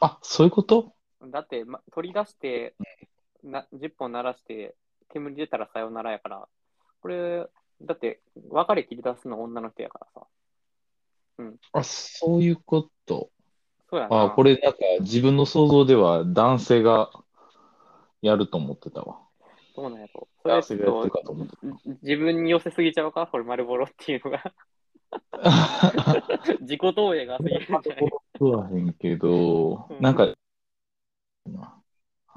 Speaker 2: あ、そういうこと
Speaker 1: な。だって、ま、取り出して、な10本鳴らして、煙出たらさよならやから、これ、だって、別れ切り出すの女の人やからさ。
Speaker 2: あ、そういうこと。
Speaker 1: そうやな。
Speaker 2: あ、これなんか自分の想像では男性がやると思ってたわ。
Speaker 1: どうなんやろそれ
Speaker 2: 男
Speaker 1: ち
Speaker 2: 性がや
Speaker 1: ょ
Speaker 2: っ
Speaker 1: って
Speaker 2: る
Speaker 1: と
Speaker 2: かと思ってた
Speaker 1: 自分に寄せすぎちゃうかこれ丸ボロっていうのが 自己投影が過ぎるんじゃない
Speaker 2: そうはへんけど
Speaker 1: うん、
Speaker 2: なんか、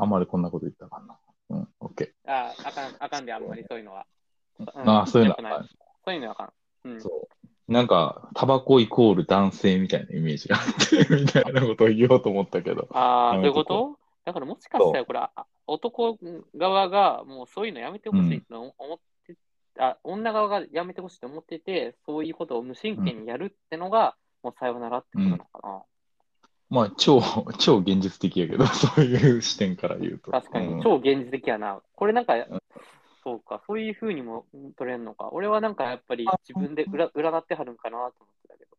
Speaker 2: あんまりこんなこと言ったらあかんな。うん、オッケ
Speaker 1: ああかんあかんであんまりそういうのは、
Speaker 2: ー。ああ、そういう
Speaker 1: 良
Speaker 2: の
Speaker 1: く
Speaker 2: は
Speaker 1: な
Speaker 2: あ
Speaker 1: いそういうのはあかん、うん、
Speaker 2: そう。なんか、タバコイコール男性みたいなイメージがあって、みたいなことを言おうと思ったけど。
Speaker 1: ああ
Speaker 2: や
Speaker 1: そう
Speaker 2: め
Speaker 1: いう
Speaker 2: とこ
Speaker 1: こ
Speaker 2: う
Speaker 1: とだからもしかしたらこれあ男側がもうそういうのやめてほしいと思って、あ女側がやめてほしいと思っててそういうことを無神経にやるってのが、もうさようならってことなのかな、
Speaker 2: まあ、超、超現実的やけど、 そういう視点から言うと。
Speaker 1: 確か
Speaker 2: うん
Speaker 1: に、超現実的やな。これなんか、そうか、そういうふうにもうん取れんのか。俺はなんかやっぱり自分で占占ってはるんかなと思ってたけど。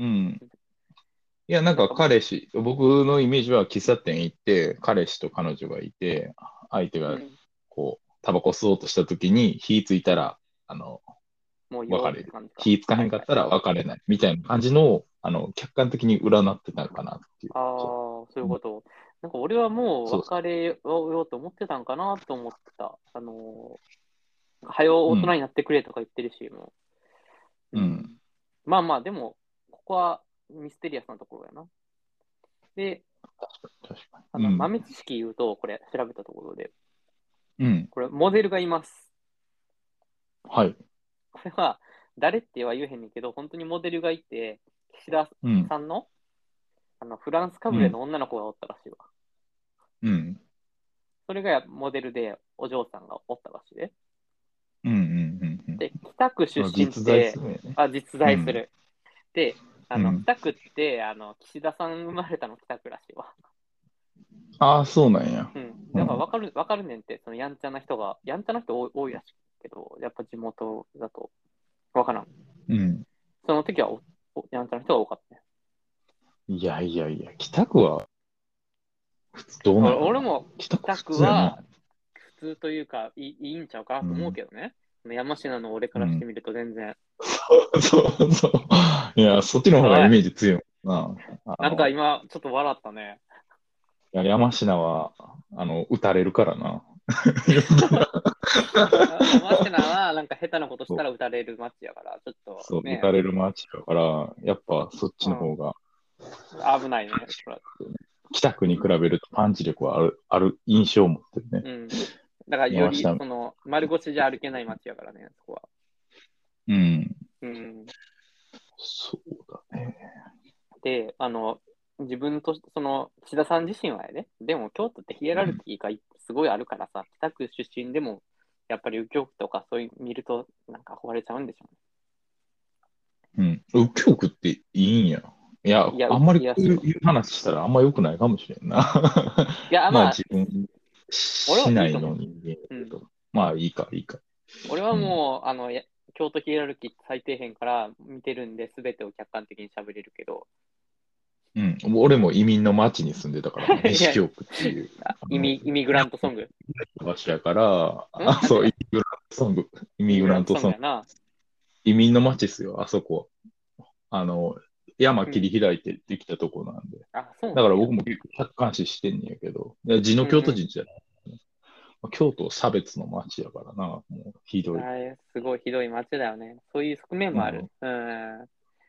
Speaker 2: うん。いや、なんか彼氏、僕のイメージは喫茶店行って、彼氏と彼女がいて、相手
Speaker 1: う
Speaker 2: が
Speaker 1: ん
Speaker 2: こう、タバコ吸おうとした時に火ついたら、あの、
Speaker 1: もう言おう
Speaker 2: 別れる
Speaker 1: って感じか
Speaker 2: 気ぃつかへんかったら別れないみたいな感じのを、あの、客観的に占ってたのかなっていう。
Speaker 1: ああ、そういうこと。なんか俺はもう別れようと思ってたんかなと思ってた。あのー、はよ大人になってくれとか言ってるし、もう。
Speaker 2: うん。
Speaker 1: まあまあ、でも、ここはミステリアスなところやな。で、
Speaker 2: 確か
Speaker 1: あ
Speaker 2: に。
Speaker 1: の
Speaker 2: うん
Speaker 1: 豆知識言うと、これ調べたところで、
Speaker 2: うん。
Speaker 1: これモデルがいます。
Speaker 2: はい。
Speaker 1: これは誰っては言えへんねんけど、本当にモデルがいて、岸田
Speaker 2: うん。
Speaker 1: さんの,、あのフランスかぶれの女の子がおったらしいわ。
Speaker 2: うん。
Speaker 1: それがモデルで、お嬢さんがおったらしいで。
Speaker 2: うん。うん。うんうん。
Speaker 1: で、北区出
Speaker 2: まあ
Speaker 1: 身
Speaker 2: 実
Speaker 1: っ
Speaker 2: 在
Speaker 1: て
Speaker 2: す、るよね。
Speaker 1: あ実在する。で、あの
Speaker 2: うん
Speaker 1: 北区ってあの岸田さん生まれたの北区らしいわ。
Speaker 2: ああ、そうなんや。
Speaker 1: うん。だから分かる分かるねんって、そのやんちゃな人が、やんちゃな人多い多いらしいけど、やっぱ地元だと分からん。
Speaker 2: うん。
Speaker 1: その時はおおやんちゃな人が多かったね。
Speaker 2: いやいやいや、北区は、普通どうな
Speaker 1: 俺
Speaker 2: の
Speaker 1: 俺、も
Speaker 2: 北
Speaker 1: 北区
Speaker 2: 普通や
Speaker 1: は
Speaker 2: な
Speaker 1: 普通というかいいいいんちゃうかと思うけどね、山科の俺からしてみると全然、
Speaker 2: そうそう。いや、そっちの方がイメージ強いもんな。あの
Speaker 1: なんか、今ちょっと笑ったね
Speaker 2: いや山科は、あの、撃たれるからな。
Speaker 1: マシナはなんか下手なことしたら打たれるマッチやから、ちょっ
Speaker 2: そう、
Speaker 1: と、ね
Speaker 2: 打、たれるマーチだから、やっぱそっちの方が、
Speaker 1: 危ないね。そら
Speaker 2: 北区に比べるとパンチ力はある、ある印象を持ってるね。
Speaker 1: うん。だからよ
Speaker 2: 回
Speaker 1: り
Speaker 2: し
Speaker 1: そ
Speaker 2: た
Speaker 1: の丸腰じゃ歩けない街やからね、そこは。
Speaker 2: うん。
Speaker 1: うん、
Speaker 2: そうだね。
Speaker 1: で、あの、自分とし、その、岸田さん自身はやね、でも京都ってヒエラルキーがすごいあるからさ、北区出身でも、やっぱり右京区とかそういう見ると、なんか憧れちゃうんでしょ
Speaker 2: うん。右京区っていいんや。いや、
Speaker 1: いや
Speaker 2: あんまり
Speaker 1: い
Speaker 2: こ
Speaker 1: や
Speaker 2: ういう話したらあんま良くないかもしれんな。
Speaker 1: うね。いや、
Speaker 2: まあ
Speaker 1: まあ、
Speaker 2: 自分、
Speaker 1: 俺はい
Speaker 2: 市
Speaker 1: い
Speaker 2: 内
Speaker 1: と思
Speaker 2: の
Speaker 1: う
Speaker 2: 人間だけ
Speaker 1: う
Speaker 2: ど、まあいいか、いいか。
Speaker 1: 俺はもう、あの、や京都ヒエラルキー最底辺から見てるんで、すべてを客観的に喋れるけど、
Speaker 2: うん。俺も移民の町に住んでた から、
Speaker 1: いや
Speaker 2: 西京区っていう
Speaker 1: あイミイミグラントソング。
Speaker 2: 場所やから、あ、そう、イミグラントソング。イミグラントソング
Speaker 1: や。な。
Speaker 2: 移民の町ですよ、あそこは。あの、山切り開いてできたとこなんで。
Speaker 1: あ、 そうなん
Speaker 2: だ
Speaker 1: や
Speaker 2: から僕も結構客観視してんねやけど、いや地の京都人じゃない。まあ京都差別の町やからな、もうひどい。
Speaker 1: あれすごいひどい街だよね。そういう側面もある。うん。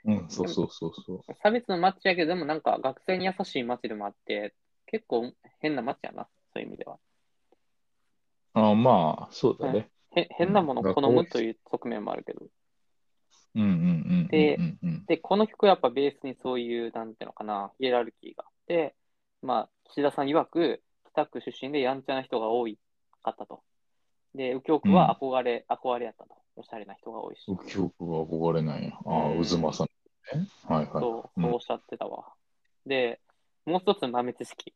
Speaker 2: うん、そうそうそうそ
Speaker 1: 差別の街やけど、でもなんか学生に優しい街でもあって、結構変な街やな、そういう意味では。
Speaker 2: う。あまあ、そうだね。
Speaker 1: へ変なものを好むという側面もあるけど。
Speaker 2: うんうんうん。
Speaker 1: で
Speaker 2: うんうん
Speaker 1: で、この曲はやっぱベースにそういう、なんていうのかな、ヒエラルキーがあって、まあ、岸田さん曰く、北区出身でやんちゃな人が多かったと。で、右京区は憧れ、憧れやったと。おしゃれな人が多いし。
Speaker 2: うん。記憶が憧れないや。ああ、
Speaker 1: うん
Speaker 2: 渦政ね。はいは
Speaker 1: そう、
Speaker 2: うん
Speaker 1: そうおっしゃってたわ。で、もう一つ豆知識。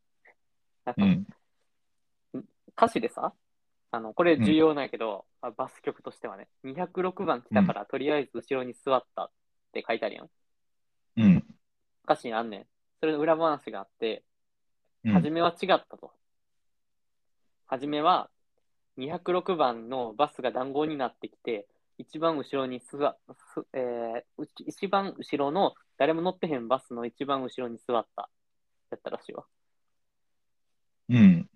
Speaker 1: なん
Speaker 2: い。
Speaker 1: か
Speaker 2: うん。
Speaker 1: 歌詞でさ、あの、これ重要なんやけど、あバス曲としてはね、206番来たから、とりあえず後ろに座ったって書いてあるやん。
Speaker 2: うん。
Speaker 1: 歌詞にあんねん。それの裏話があって、
Speaker 2: うん
Speaker 1: 初めは違ったと。初めは、206番のバスが談合になってきて、一番後ろに座、すえーうち一番後ろの誰も乗ってへんバスの一番後ろに座った。やったらしいわ。
Speaker 2: うん。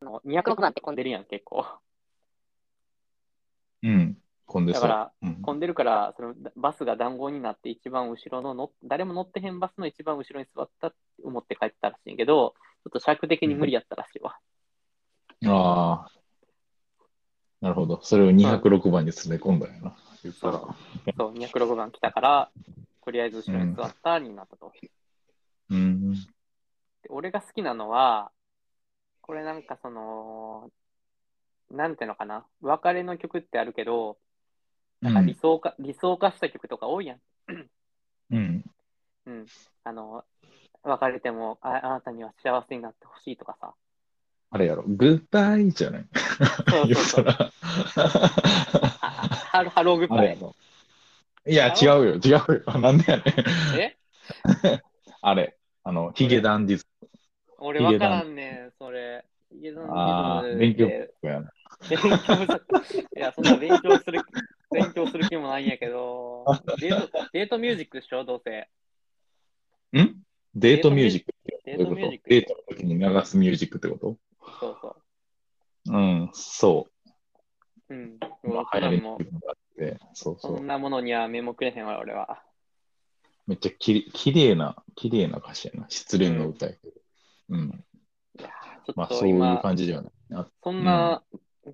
Speaker 1: あの206番って混んでるやん、結構。
Speaker 2: うん。こんで
Speaker 1: だか
Speaker 2: さ。
Speaker 1: ら、
Speaker 2: うん
Speaker 1: 混んでるから、そのバスが談合になって、一番後ろのの、誰も乗ってへんバスの一番後ろに座ったって思って帰ってたらしいんやけど、ちょっと尺的に無理やったらしいわ。
Speaker 2: ああ。なるほど。それを206番に詰め込んだよな。言ったら。
Speaker 1: そう、206番来たから、とりあえず後ろに座ったになったと。で
Speaker 2: うん。
Speaker 1: 俺が好きなのは、これなんかその、なんていうのかな、別れの曲ってあるけど、
Speaker 2: う
Speaker 1: なんか
Speaker 2: ん
Speaker 1: 理。想化、理想化した曲とか多いやん。
Speaker 2: うん。
Speaker 1: うん。あの、別れてもあ、あなたには幸せになってほしいとかさ。
Speaker 2: あれやろ。グッバイじゃない。
Speaker 1: そう
Speaker 2: よ
Speaker 1: そうそ。
Speaker 2: そうら。
Speaker 1: あハロハローグッ
Speaker 2: あ
Speaker 1: バ
Speaker 2: れや
Speaker 1: イ。
Speaker 2: ろ。いや、違うよ。違うよ。 なんでやねん。
Speaker 1: え
Speaker 2: あれ。あの、ヒゲダンディズ
Speaker 1: 俺わからんねん、それ。ヒゲダンディ
Speaker 2: あ
Speaker 1: ズ
Speaker 2: ー
Speaker 1: ム
Speaker 2: 勉強
Speaker 1: で
Speaker 2: ムやな。
Speaker 1: 勉強不足 いや、そんな勉強する、勉強する気もないんやけど、デート、デートミュージックでしょ、どうせ。
Speaker 2: んデートミュージック
Speaker 1: デ
Speaker 2: っ
Speaker 1: ー
Speaker 2: て
Speaker 1: ト
Speaker 2: こ
Speaker 1: ミュー
Speaker 2: と
Speaker 1: ジック。
Speaker 2: デートの時に流すミュージックってこ
Speaker 1: そうそ。
Speaker 2: とうん、そう
Speaker 1: うん。
Speaker 2: う。
Speaker 1: もう
Speaker 2: 流
Speaker 1: そんな
Speaker 2: 行りってい
Speaker 1: も
Speaker 2: うのがあって、そうそ。
Speaker 1: そうんなものには目もくれへんわ、俺は。
Speaker 2: めっちゃきれきれいな、きれいな歌詞やな。失恋の歌やけど。うん。
Speaker 1: いやーちょ
Speaker 2: ま
Speaker 1: っ
Speaker 2: あ、そ
Speaker 1: と
Speaker 2: う
Speaker 1: 今、
Speaker 2: いう感じではない。あ
Speaker 1: そんな、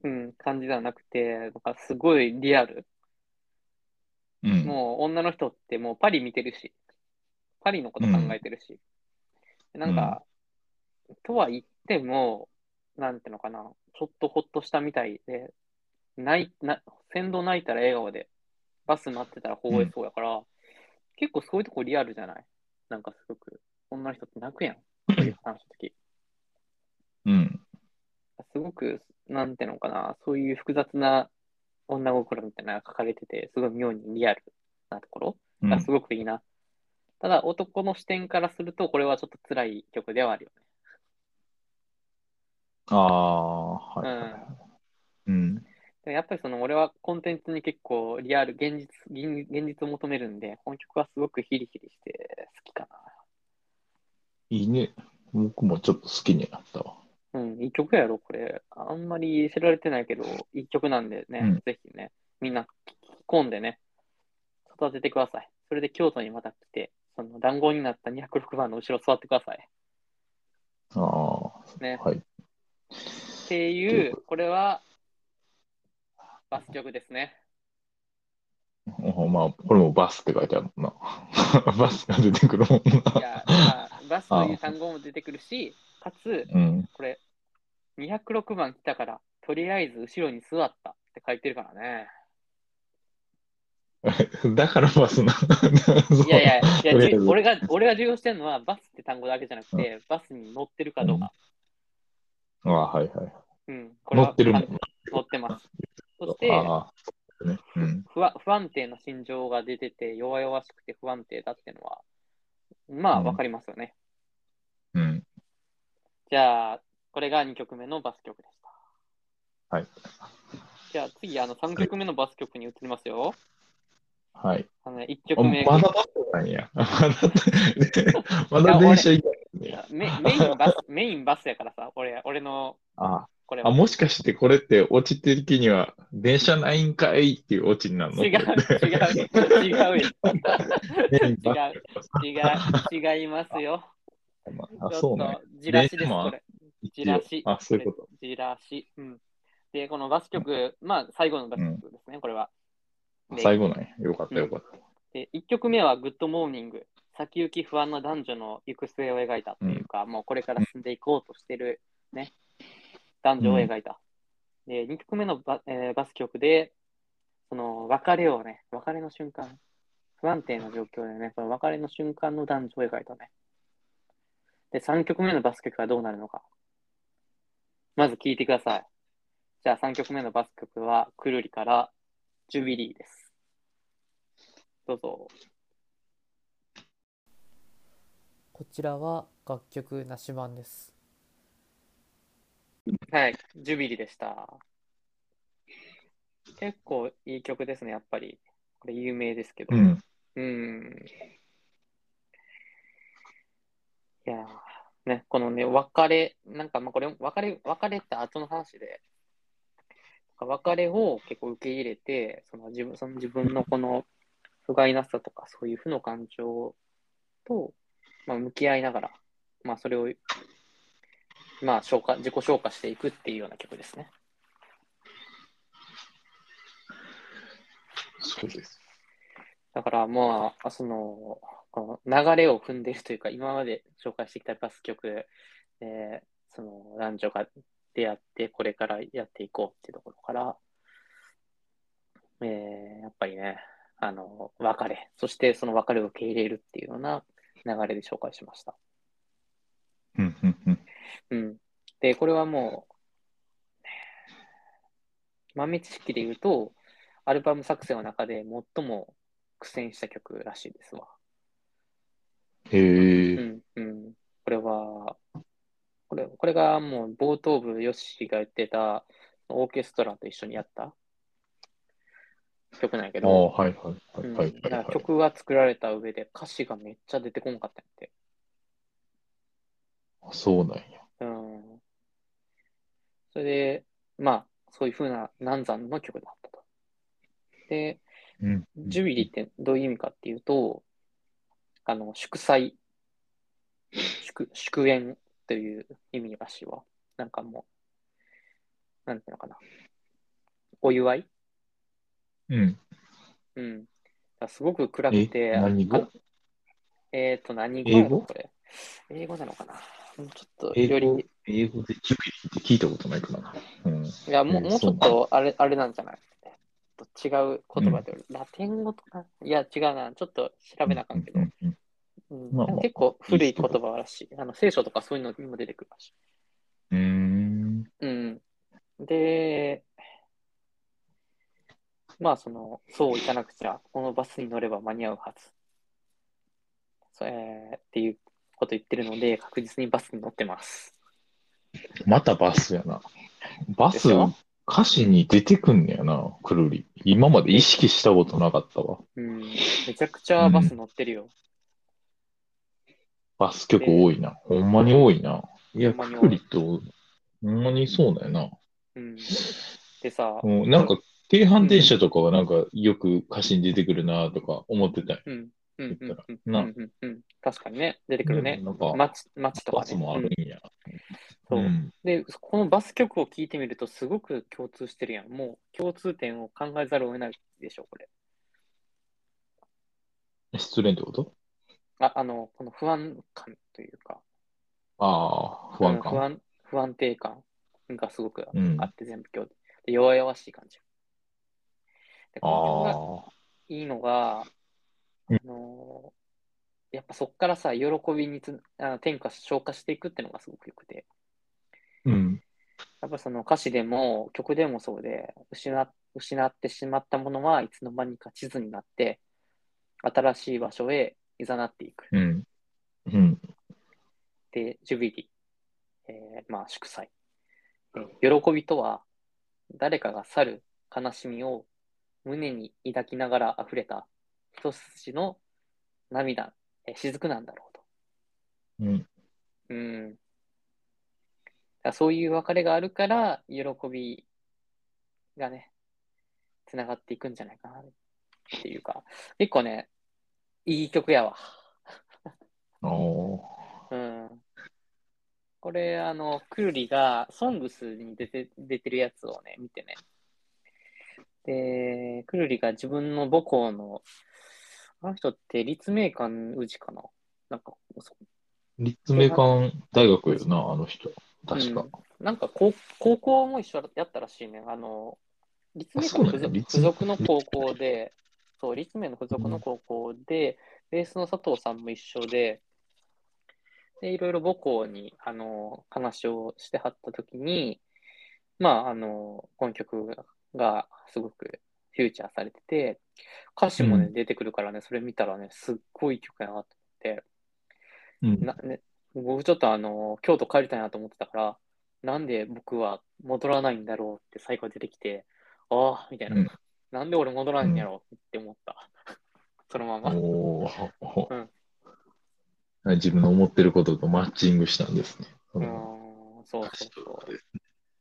Speaker 1: うん、感じではなくて、なんかすごいリアル。
Speaker 2: うん。
Speaker 1: もう女の人ってもうパリ見てるし、パリのこと考えてるし。なんか、とは言っても、なんていうのかな、ちょっとほっとしたみたいで、ないな先導泣いたら笑顔で、バス待ってたら微笑そうやから、結構そういうとこリアルじゃないなんかすごく、女の人って泣くやん、そういう話の時。
Speaker 2: うん。
Speaker 1: すごく、なんていうのかな、そういう複雑な女心みたいなのが書かれてて、すごい妙にリアルなところ
Speaker 2: うん
Speaker 1: がすごくいいな。ただ、男の視点からすると、これはちょっと辛い曲ではあるよね。
Speaker 2: ああ、はいはいはい。うん。
Speaker 1: でもやっぱりその俺はコンテンツに結構リアル、現実、現現実を求めるんで、この曲はすごくヒリヒリして好きか
Speaker 2: いいね。僕もちょっと好きになったわ。
Speaker 1: うん、いい曲やろ、これ。あんまり知られてないけど、いい曲なんでね、
Speaker 2: うん
Speaker 1: ぜひね、みんな聞き込んでね、育ててください。それで京都にまた来て、その談合になった206番の後ろ座ってください。
Speaker 2: ああ、
Speaker 1: ね。
Speaker 2: はい。
Speaker 1: っていう、これは、バス曲です ね。
Speaker 2: おまあ、これもバスって書いてあるもんな。 バスが出てくるもん
Speaker 1: い
Speaker 2: な。
Speaker 1: や、まあバスという単語も出てくるし、かつ、
Speaker 2: うん。
Speaker 1: これ、206番来たから、とりあえず後ろに座ったって書いてるから ね。
Speaker 2: だからバスな。
Speaker 1: いやいや、い
Speaker 2: とり
Speaker 1: や
Speaker 2: あえ
Speaker 1: じ
Speaker 2: ず
Speaker 1: 俺が、俺が重要してるのは、バスって単語だけじゃなくて、バスに乗ってるかどうか。
Speaker 2: ああ、はいはい。
Speaker 1: うん、これは
Speaker 2: 乗ってるもん
Speaker 1: あ乗って ます。そして、
Speaker 2: ああ、そうだよね。うん。
Speaker 1: 不安不安定な心情が出てて、弱々しくて不安定だってのは、まあ、
Speaker 2: うん
Speaker 1: わかりますよね。
Speaker 2: うん。
Speaker 1: じゃあ、これが2曲目のバス曲でした。
Speaker 2: はい。
Speaker 1: じゃあ、次、あの3曲目のバス曲に移りますよ。
Speaker 2: はい。
Speaker 1: あのね、1
Speaker 2: あ
Speaker 1: 曲目。
Speaker 2: まだバスなんや。 まだ、まだ電車行くん
Speaker 1: い
Speaker 2: ね。
Speaker 1: やメメインバス、 メインバスやからさ、俺、俺の、
Speaker 2: あ
Speaker 1: これ
Speaker 2: あ、
Speaker 1: は。
Speaker 2: もしかしてこれってオチ的には電車ないんかいっていうオチになるの
Speaker 1: 違う、違う、違うよ。
Speaker 2: 違う。
Speaker 1: 違う、違いますよ。
Speaker 2: あ、
Speaker 1: ち
Speaker 2: そ
Speaker 1: ょ
Speaker 2: う
Speaker 1: っ
Speaker 2: なんや
Speaker 1: と、じらしで、
Speaker 2: ですも
Speaker 1: これ。じらし。
Speaker 2: あ、そういうこと。
Speaker 1: じらし。うん。で、このバス曲、まあ、最後のバス曲ですね、これは。で
Speaker 2: 最後なんや。よかったよかった。
Speaker 1: で、1曲目は、グッドモーニング。先行き不安な男女の行く末を描いたっていうか、もうこれから進んでいこうとしてる、ね、男女を描いた。で、2曲目のバ,、えーバス曲で、その別れをね、別れの瞬間、不安定な状況でね、この別れの瞬間の男女を描いたね。で、3曲目のバス曲はどうなるのか。まず聞いてください。じゃあ3曲目のバス曲は、くるりから、ジュビリーです。どうぞ。
Speaker 4: こちらは楽曲なし版です。
Speaker 1: はい、ジュビリでした。結構いい曲ですね、やっぱり。これ有名ですけど。
Speaker 2: うん。
Speaker 1: うんいやーね、このね、別れ、なんかまあこれ、別れ、別れって後の話で、なんか別れを結構受け入れて、その自分その自分のこの不甲斐なさとか、そういう負の感情と、まあ、向き合いながら、まあ、それを、まあ、消化、自己消化していくっていうような曲ですね。
Speaker 2: そうです。
Speaker 1: だからまあ、その、この流れを踏んでいるというか、今まで紹介してきたバス曲で、その男女が出会って、これからやっていこうっていうところから、えーやっぱりね、あの、別れ、そしてその別れを受け入れるっていうような流れで紹介しました。
Speaker 2: うんうんうん。
Speaker 1: うん。で、これはもう、豆知識で言うと、アルバム作成の中で最も苦戦した曲らしいですわ。
Speaker 2: へ
Speaker 1: う
Speaker 2: え。
Speaker 1: んうん、これは、これこれがもう冒頭部、ヨッシーが言ってたオーケストラと一緒にやった曲なんやけ
Speaker 2: あ
Speaker 1: ど、
Speaker 2: あ、はいはいは
Speaker 1: う
Speaker 2: い
Speaker 1: ん
Speaker 2: はい
Speaker 1: だか
Speaker 2: は
Speaker 1: ら
Speaker 2: い。
Speaker 1: 曲が作られた上で歌詞がめっちゃ出てこんかったんやって。
Speaker 2: そうなんや。
Speaker 1: うん、それで、まあ、そういうふうな難産の曲だったと。で、
Speaker 2: うん。
Speaker 1: ジュビリーってどういう意味かっていうと、あの、祝祭、祝、祝宴という意味らしいわ。なんかもう、なんていうのかな。お祝い
Speaker 2: うん。
Speaker 1: うん。だからすごく暗くて、
Speaker 2: え何語
Speaker 1: あえっ、と、何語なの
Speaker 2: 英語
Speaker 1: これ。英語なのかなもうちょっと、
Speaker 2: 英語
Speaker 1: より、
Speaker 2: 英語でジュビリーって聞いたことないからな。うん。
Speaker 1: いや、もう、
Speaker 2: うん
Speaker 1: もうちょっ
Speaker 2: そう
Speaker 1: と、あれ、あれなんじゃないえっと違う言葉で、ラテン語とかいや、違うな。ちょっと調べなあかんけど
Speaker 2: う。うんう
Speaker 1: う
Speaker 2: ん
Speaker 1: ん
Speaker 2: まあまあ
Speaker 1: 結構古い言葉らしい。あの聖書とかそういうのにも出てくるらしい。
Speaker 2: うーん。
Speaker 1: うん、で、まあその、そういかなくちゃ、このバスに乗れば間に合うはず。そうえーっていうこと言ってるので、確実にバスに乗ってます。
Speaker 2: またバスやな。バ
Speaker 1: で
Speaker 2: ス
Speaker 1: しょ、
Speaker 2: 歌詞に出てくんねやな、くるり。今まで意識したことなかったわ。
Speaker 1: うん、めちゃくちゃバス乗ってるよ。
Speaker 2: バス曲多いな。ほんまに多いな。いや、
Speaker 1: ほんまに
Speaker 2: く
Speaker 1: 多
Speaker 2: る
Speaker 1: い
Speaker 2: りとほんまにそうだよな。
Speaker 1: うん、でさ、
Speaker 2: うん、なんか、京阪電車とかはなんか、よく歌詞に出てくるなとか思ってたよ。
Speaker 1: うん、うん、うん、うん、うん
Speaker 2: な
Speaker 1: うん、うん、確かにね、出てくるね。
Speaker 2: なんか、
Speaker 1: 街、街とか
Speaker 2: バ
Speaker 1: ね。
Speaker 2: スもあるんや。
Speaker 1: うんそううんで、このバス曲を聴いてみると、すごく共通してるやん。もう共通点を考えざるを得ないでしょ、これ。
Speaker 2: 失恋ってこと
Speaker 1: あ、あの、この不安感というか、
Speaker 2: ああ、不安
Speaker 1: うん不
Speaker 2: 感。
Speaker 1: 安不安定感がすごく
Speaker 2: うん。
Speaker 1: あ
Speaker 2: あ
Speaker 1: って、全部共通。で、弱々しい感じ。で、この曲が
Speaker 2: あ。
Speaker 1: いいのが、
Speaker 2: うん
Speaker 1: あのーやっぱそこからさ、喜びにつあの転化し、昇華していくっていうのがすごくよくて、
Speaker 2: うん。
Speaker 1: やっぱその歌詞でも曲でもそうで、失失ってしまったものはいつの間にか地図になって、新しい場所へ誘っていく。
Speaker 2: うん。うん。
Speaker 1: で、ジュビリー、えーまあ、祝祭。えー喜びとは、誰かが去る悲しみを胸に抱きながら溢れた一筋の涙、えー雫なんだろう
Speaker 2: うん。
Speaker 1: と。うん。だからそういう別れがあるから、喜びがね、つながっていくんじゃないかなっていうか、結構ね、いい曲やわ。
Speaker 2: ああ。
Speaker 1: うんこれ、あの、クーリが、ソングスに出て出てるやつをね、見てね。で、クーリが自分の母校の、あの人って立命館宇治かななんか、そ
Speaker 2: 立命館大学よな、あの人。確か。
Speaker 1: なんか高高校も一緒やったらしいね。あの、立命館
Speaker 2: あそうなんだ
Speaker 1: 附属
Speaker 2: 立
Speaker 1: 附属の高校で、そう、立命の附属の高校で、ベースの佐藤さんも一緒で、で、いろいろ母校に、あの、話をしてはったときに、まあ、あの、この曲がすごくフューチャーされてて、歌詞もね、
Speaker 2: うん
Speaker 1: 出てくるからね、それ見たらね、すっごい曲やなと思って、
Speaker 2: うん。
Speaker 1: なね、僕ちょっとあの京都帰りたいなと思ってたから、なんで僕は戻らないんだろうって最後出てきて、ああ、みたいな、
Speaker 2: うん
Speaker 1: なんで俺戻らないんやろうって思った。 そのまま。
Speaker 2: お
Speaker 1: う
Speaker 2: ー自分の思ってることとマッチングしたんですね。
Speaker 1: う
Speaker 2: そ
Speaker 1: ー
Speaker 2: の
Speaker 1: ん、そうそうそう。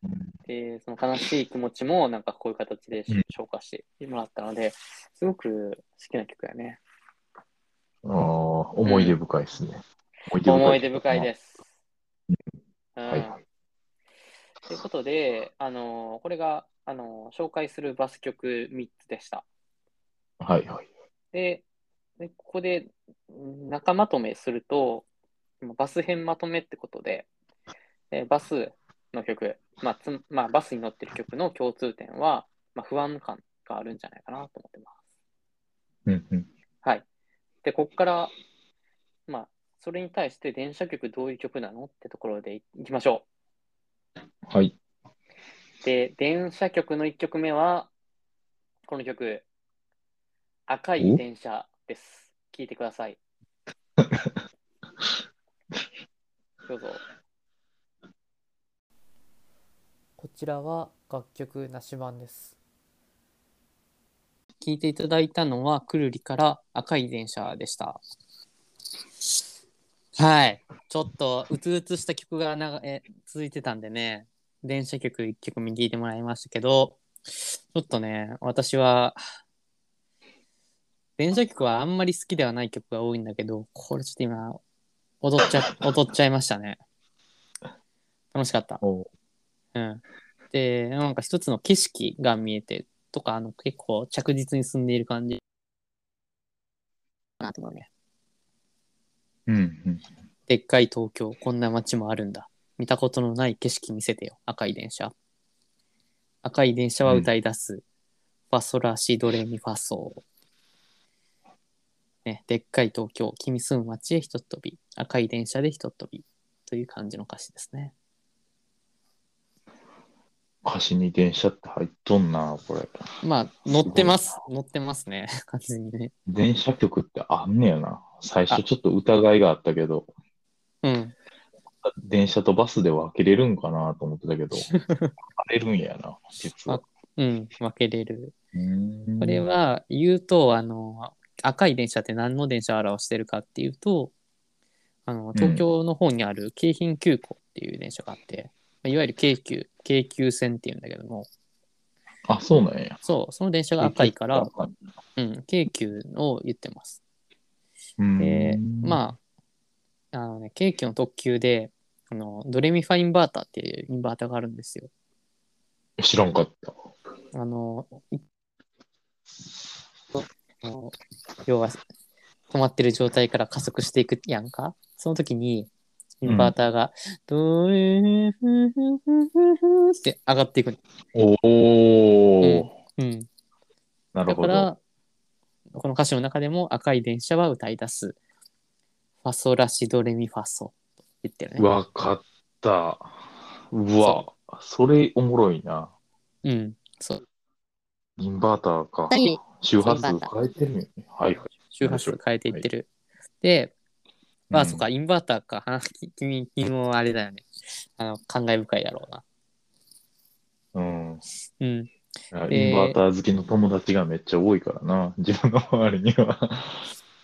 Speaker 2: うん
Speaker 1: で、その悲しい気持ちもなんかこういう形で
Speaker 2: うん
Speaker 1: 消化してもらったので、すごく好きな曲やね。
Speaker 2: ああ、思い出深いですね。
Speaker 1: 思い出深い
Speaker 2: す。
Speaker 1: です。うん。
Speaker 2: はいは
Speaker 1: ということで、あのこれが、あの紹介するバス曲3つでした。
Speaker 2: はいはい。
Speaker 1: で、でここでん中まとめすると、バス編まとめってことで、えーバスの曲、まあつまあ、バスに乗ってる曲の共通点は、まあ、不安感があるんじゃないかなと思ってます。
Speaker 2: うんうん。
Speaker 1: はい。で、ここから、まあ、それに対して電車曲どういう曲なのってところでいいきましょ
Speaker 2: はい。
Speaker 1: う。で、電車曲の1曲目は、この曲、赤い電車です。聴いてくださ い。どうぞ。
Speaker 4: こちらは楽曲なし版です
Speaker 3: 聞いていただいたのは、くるりから赤い電車でした。はい。ちょっと、うつうつした曲が長え続いてたんでね、電車曲1曲目聞いてもらいましたけど、ちょっとね、私は、電車曲はあんまり好きではない曲が多いんだけど、これちょっと今、踊っちゃ、踊っちゃいましたね。楽しかった。
Speaker 2: お
Speaker 3: うん。で、なんか一つの景色が見えてとか、あの結構着実に進んでいる感じ。なと思うね。
Speaker 2: うんうん。
Speaker 3: でっかい東京、こんな街もあるんだ。見たことのない景色見せてよ、赤い電車。赤い電車は歌い出す。ファソラシドレミファソね、でっかい東京、君住む街へひとっ飛び。赤い電車でひとっ飛び。という感じの歌詞ですね。
Speaker 2: 歌詞に電車って入っとんな、これ。
Speaker 3: まあ、乗ってます。乗ってますね。 完全にね。
Speaker 2: 電車曲ってあんねやな。最初ちょっと疑いがあったけど、
Speaker 3: うん。
Speaker 2: 電車とバスで分けれるんかなと思ってたけど、分かれるんやな、実は。
Speaker 3: うん、分けれる。こ
Speaker 2: こ
Speaker 3: れ、は言うと、あの、赤い電車って何の電車を表してるかっていうと、あの、東京の方にある京浜急行っていう電車があって、
Speaker 1: まあいわゆる京急、京急線っていうんだけども、
Speaker 2: あ、そうなんや。
Speaker 1: そう、その電車が赤いから、うん、京急を言ってます。
Speaker 2: うん。
Speaker 1: で、まあ、あのね、京急の特急で、あの、ドレミファインバーターっていうインバーターがあるんですよ。
Speaker 2: あ。知らんかった。
Speaker 1: あの、いあの要は、止まってる状態から加速していくやんか。その時に、インバーターが、ドレミファインって上がっていくの。
Speaker 2: お
Speaker 1: うん
Speaker 2: お、
Speaker 1: うん。
Speaker 2: なる
Speaker 1: だ
Speaker 2: ほ
Speaker 1: か
Speaker 2: ど。
Speaker 1: ら、この歌詞の中でも赤い電車は歌い出す。ファソラシドレミファソと言ってるね。
Speaker 2: わかった。うわ、それおもろいな。
Speaker 1: うん。そう。
Speaker 2: インバーターか
Speaker 1: はい。
Speaker 2: 周波数変えてるよね。はいはい。
Speaker 1: 周波数変えていってる。で、まあ、そっか、インバーターか。あ き君、君もあれだよね。あの、感慨深いだろうな。
Speaker 2: うん。うん。
Speaker 1: うん。で
Speaker 2: インバーター好きの友達がめっちゃ多いからな。 自分の周りに は。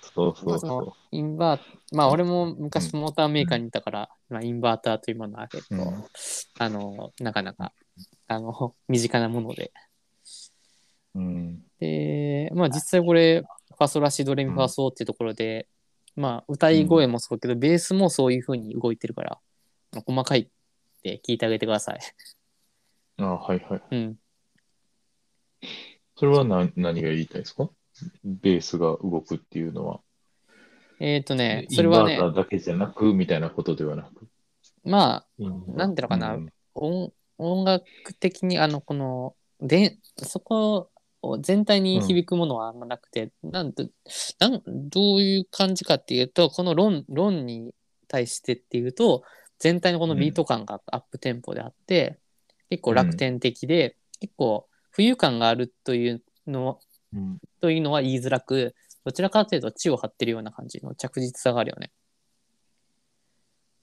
Speaker 2: そうそう
Speaker 1: まあ
Speaker 2: そ
Speaker 1: インバーまあ、俺も昔モーターメーカーにいたから、まあ、インバーターというものは結
Speaker 2: う。うん
Speaker 1: 構、あの、なかなか、あの、身近なもので、
Speaker 2: うん。
Speaker 1: で、まあ実際これ、ファソラシドレミファソっていうところで、まあ歌い声もそうだけど、ベースもそういう風に動いてるから、まあ細かいって聞いてあげてください。
Speaker 2: あはいはい。
Speaker 1: うん。
Speaker 2: それはな何が言いたいですかベースが動くっていうのは。
Speaker 1: えっ、とね、
Speaker 2: イ
Speaker 1: それ
Speaker 2: ンバ
Speaker 1: はね
Speaker 2: ータ、ーだけじゃなくみたいなことではなく。
Speaker 1: まあ
Speaker 2: なん
Speaker 1: ていうのかな
Speaker 2: うん
Speaker 1: 音音楽的に、あの、この、でそこを全体に響くものはあんまなくて、なんとなん、どういう感じかっていうと、この論論に対してっていうと、全体のこのビート感がアップテンポであって、結構楽天的で、結構浮遊感があるというの
Speaker 2: うん
Speaker 1: というのは言いづらく、どちらかというと地を張ってるような感じの着実さがあるよね。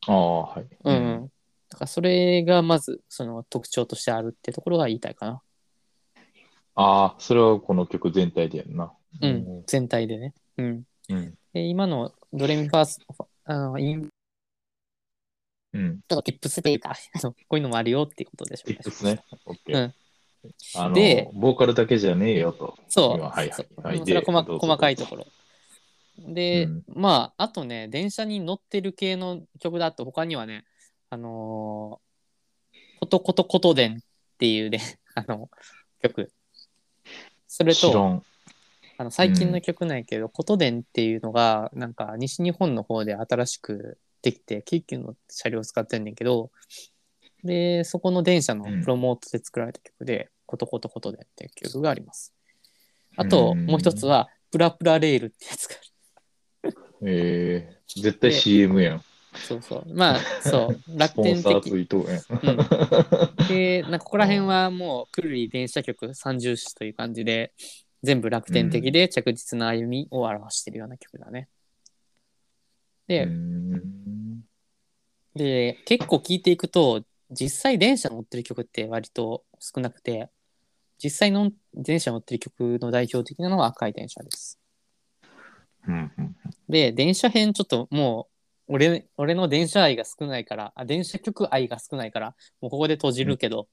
Speaker 2: ああ、はい。
Speaker 1: うん、うん。だからそれがまずその特徴としてあるってところが言いたいかな。
Speaker 2: ああ、それはこの曲全体でやんな。
Speaker 1: うん、全体でね。うん。
Speaker 2: うん。
Speaker 1: で今のドレミファース、あの、イン
Speaker 2: うん。
Speaker 1: とかティップスっていうか、 あのこういうのもあるよっていうことでしょう
Speaker 2: ティップスね。。オッケ
Speaker 1: う
Speaker 2: ー
Speaker 1: ん。
Speaker 2: あの
Speaker 1: で
Speaker 2: ボーカルだけじゃねえよと。
Speaker 1: そう。
Speaker 2: 今はいはい
Speaker 1: そう
Speaker 2: はい
Speaker 1: それは細
Speaker 2: でどうぞ
Speaker 1: 細かいところ。で、
Speaker 2: うん
Speaker 1: まあ、あとね、電車に乗ってる系の曲だと、他にはね、あのーコトコトコトデンっていうね、 あの、曲。それ
Speaker 2: 知ら
Speaker 1: と、
Speaker 2: ん。
Speaker 1: あの最近の曲なんやけど、コトデンっていうのが、なんか、西日本の方で新しくできて、京急の車両を使ってんねんけど、で、そこの電車のプロモートで作られた曲で、コトコトコトデンっていう曲があります。あと、
Speaker 2: うん
Speaker 1: もう一つは、プラプラレールってやつがある。
Speaker 2: えー、絶対
Speaker 1: で
Speaker 2: CM やん。
Speaker 1: そうそう。まあ、そう、
Speaker 2: ス
Speaker 1: 楽
Speaker 2: ポン
Speaker 1: 天
Speaker 2: サーつ
Speaker 1: 的。
Speaker 2: いとうやん。
Speaker 1: うん、 で、なんかここら辺はもう、くるり電車曲三重視という感じで、全部楽天的で着実な歩みを表してるような曲だね。で、
Speaker 2: うん
Speaker 1: で、結構聴いていくと、実際電車乗ってる曲って割と少なくて、実際の電車乗ってる曲の代表的なのは赤い電車です。
Speaker 2: うんうん
Speaker 1: で、電車編ちょっともう、俺、俺の電車愛が少ないから、あ、電車曲愛が少ないから、もうここで閉じるけど、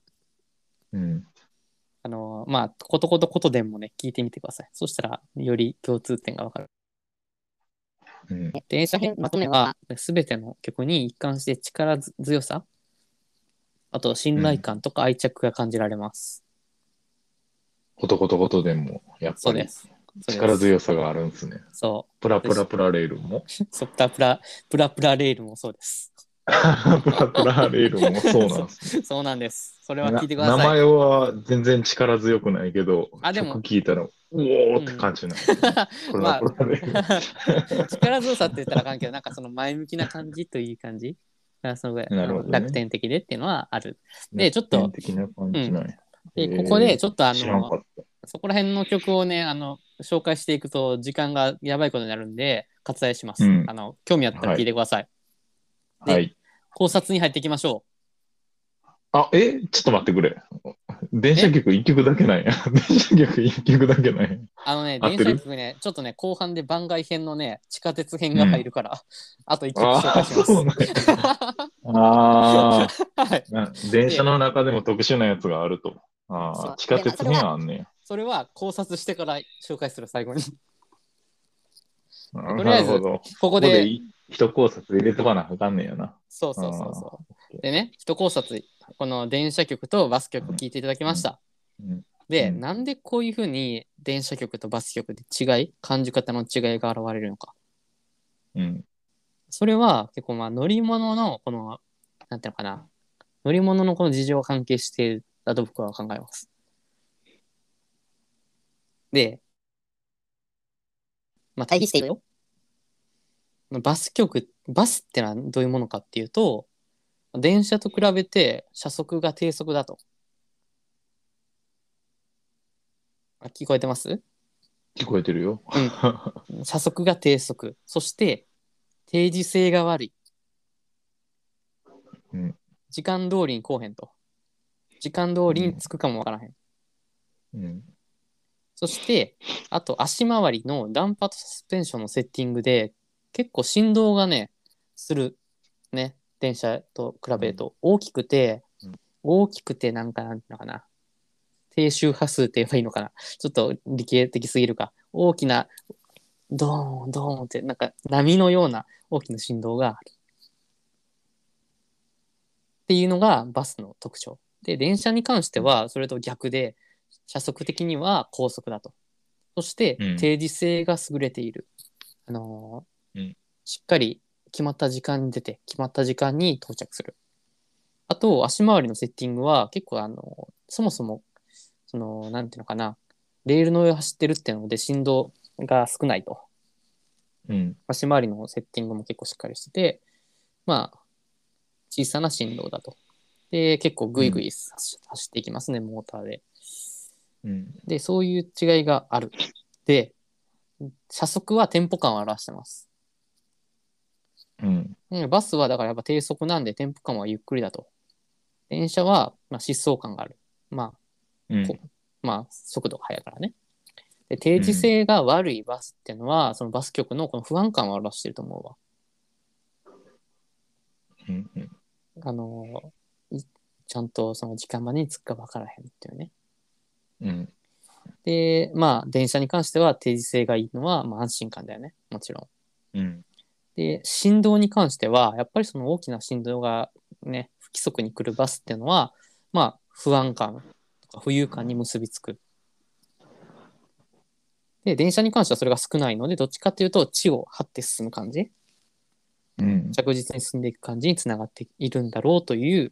Speaker 2: うん。
Speaker 1: あのーまあ、ことことことでもね、聞いてみてください。そしたら、より共通点がわかる。
Speaker 2: うん。
Speaker 1: 電車編まとめは、すべての曲に一貫して力強さ、あと信頼感とか愛着が感じられます。
Speaker 2: ことことことでも、やっ
Speaker 1: そ
Speaker 2: ぱ
Speaker 1: うで
Speaker 2: り
Speaker 1: す。
Speaker 2: 力
Speaker 1: い。
Speaker 2: 強さがあるんですね。
Speaker 1: そ
Speaker 2: プラプラプラレールも。
Speaker 1: う。ソプラプラ、プラプラレールもそうです。
Speaker 2: プラプラレールもそうなんです。
Speaker 1: そうなんです。それは
Speaker 2: な
Speaker 1: 聞いてくだ
Speaker 2: 名
Speaker 1: さい。
Speaker 2: 前は全然力強くないけど、
Speaker 1: あでも
Speaker 2: 曲聞いたら、おおって感じなの。プ
Speaker 1: まあ
Speaker 2: ラプラレール。
Speaker 1: 力強さって言ったらあかんけど、なんかその前向きな感じという感じ。あその
Speaker 2: なるほどね
Speaker 1: 楽天的でっていうのはある。でちょっと
Speaker 2: 楽天的な感じなんや
Speaker 1: で、
Speaker 2: へー
Speaker 1: ここでちょっとあ
Speaker 2: 知らんか
Speaker 1: の、
Speaker 2: った。
Speaker 1: そこら辺の曲をね、あの、紹介していくと時間がやばいことになるんで、割愛します。
Speaker 2: うん
Speaker 1: あの、興味あったら聞いてください。で
Speaker 2: はい。
Speaker 1: 考察に入っていきましょ
Speaker 2: あ、え、ちょっと待ってくれ。電車曲1曲だけなんや。 電車曲1曲だけなんや。
Speaker 1: う。あのね、
Speaker 2: 合っ
Speaker 1: 電
Speaker 2: てる
Speaker 1: 車曲ね、ちょっとね、後半で番外編のね、地下鉄編が入るから、あと一曲紹
Speaker 2: あ
Speaker 1: 介
Speaker 2: あ、
Speaker 1: しま
Speaker 2: そうなんや。
Speaker 1: す。
Speaker 2: あ あ
Speaker 1: はい。
Speaker 2: あ、電車の中でも特殊なやつがあると。あ
Speaker 1: そ
Speaker 2: あ、
Speaker 1: う
Speaker 2: 地下鉄にはあんね
Speaker 1: それは考察してから紹介する、最後に。
Speaker 2: や。
Speaker 1: あ
Speaker 2: な
Speaker 1: とりあえ
Speaker 2: る
Speaker 1: ず
Speaker 2: ほど。
Speaker 1: こ
Speaker 2: ここ
Speaker 1: こ
Speaker 2: で
Speaker 1: で、
Speaker 2: い一考察入れとかなあかんねやな。
Speaker 1: そうそうそうそう。でね、一考察、この電車曲とバス曲を聞いていただきました。
Speaker 2: うん
Speaker 1: で、
Speaker 2: うん
Speaker 1: なんでこういうふうに電車曲とバス曲で違い、感じ方の違いが現れるのか。
Speaker 2: うん。
Speaker 1: それは結構まあ乗り物のこの、なんていうのかな、乗り物のこの事情が関係しているだと僕は考えます。で、まあ対比しているよ。バス局、バスってのはどういうものかっていうと、電車と比べて車速が低速だと。あ聞こえてます
Speaker 2: 聞こえてるよ。
Speaker 1: 車速が低速そして定時性が悪い、
Speaker 2: うん
Speaker 1: 時間通りに来おへんと時間通りに着くかもわからへん、
Speaker 2: うん。
Speaker 1: そしてあと足回りのダンパとサスペンションのセッティングで結構振動がねするね電車と比べると大きくて、
Speaker 2: うん
Speaker 1: 大きくてなんかなんていうのかな低周波数って言えばいいのかなちょっと理系的すぎるか大きなドーンドーンってなんか波のような大きな振動があるっていうのがバスの特徴で電車に関してはそれと逆で車速的には高速だとそして
Speaker 2: うん
Speaker 1: 定時性が優れている、あのー
Speaker 2: うん
Speaker 1: しっかり決まった時間に出て決まった時間に到着するあと足回りのセッティングは結構あのーそもそもそのなんていうのかなレールの上を走ってるっていうので振動が少ないと
Speaker 2: うん。
Speaker 1: 足回りのセッティングも結構しっかりしてて、まあ、小さな振動だと。で、結構グイグイ走走っていきますね、モーターで。
Speaker 2: うん。
Speaker 1: で、そういう違いがある。で、車速はテンポ感を表してます。
Speaker 2: うん。
Speaker 1: うんバスはだからやっぱ低速なんでテンポ感はゆっくりだと。電車はまあ疾走感がある。まあ、
Speaker 2: うん。
Speaker 1: こまあ、速度が速いからね。で、定時性が悪いバスっていうのは、そのバス局のこの不安感を表してると思うわ。
Speaker 2: うん。うん
Speaker 1: あのいちゃんとその時間までに着くか分からへんっていうね。
Speaker 2: うん。
Speaker 1: で、まあ、電車に関しては定時性がいいのは、まあ、安心感だよね、もちろん。
Speaker 2: うん。
Speaker 1: で、振動に関しては、やっぱりその大きな振動がね、不規則に来るバスっていうのは、まあ、不安感とか浮遊感に結びつく。で、電車に関してはそれが少ないので、どっちかっていうと、地を張って進む感じ
Speaker 2: うん。
Speaker 1: 着実に進んでいく感じにつながっているんだろうという、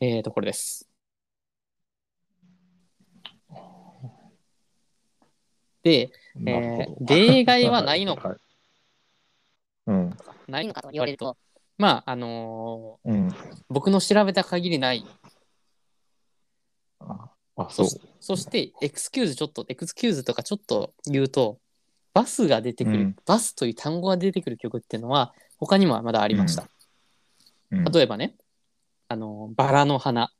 Speaker 1: えーところです。で、
Speaker 2: なる
Speaker 1: え
Speaker 2: ほ
Speaker 1: ー
Speaker 2: ど
Speaker 1: 例外はない のか、
Speaker 2: はいうん。
Speaker 1: ないのかと言われると、まあ、あの
Speaker 2: うん。
Speaker 1: ー僕の調べた限りない。
Speaker 2: あ、あ
Speaker 1: そ
Speaker 2: そ。
Speaker 1: うしそして、エクスキューズちょっと、エクスキューズとかちょっと言うと、バスが出てくる、
Speaker 2: うん
Speaker 1: バスという単語が出てくる曲っていうのは、他にもまだありました。
Speaker 2: うん
Speaker 1: 例えばね、あのーバラの花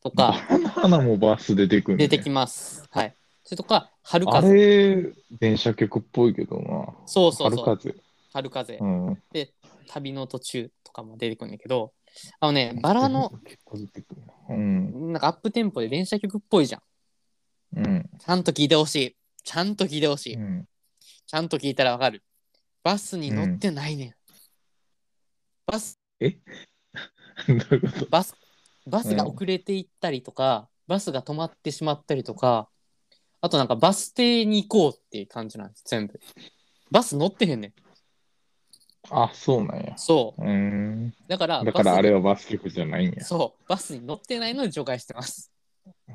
Speaker 1: とか、
Speaker 2: バナナもバス出てくる、
Speaker 1: 出てきます。はい。それとか、春
Speaker 2: あ
Speaker 1: 風。
Speaker 2: れ、電車曲っぽいけどな。
Speaker 1: そうそうそ
Speaker 2: 春
Speaker 1: う。
Speaker 2: 風。
Speaker 1: 春風
Speaker 2: う。ん。
Speaker 1: で、旅の途中とかも出てくるんだけど、あのね、バラの、
Speaker 2: 結構出てくるな。うん。
Speaker 1: なんかアップテンポで電車曲っぽいじゃん。
Speaker 2: うん。
Speaker 1: ちゃんと聞いてほしい。ちゃんと聞いてほしい。
Speaker 2: うん。
Speaker 1: ちゃんと聞いたらわかる。バスに乗ってないねん。バス、
Speaker 2: どういうこと
Speaker 1: バス、バスが遅れていったりとか、バスが止まってしまったりとか、あとなんかバス停に行こうっていう感じなんです、全部。バス乗ってへんねん。
Speaker 2: あ、そうなんや。
Speaker 1: そう
Speaker 2: うーん。
Speaker 1: う。だから、
Speaker 2: だからあれ
Speaker 1: は
Speaker 2: はバス曲じゃないんや。
Speaker 1: そう、バスに乗ってないので除外してます。
Speaker 2: ああ、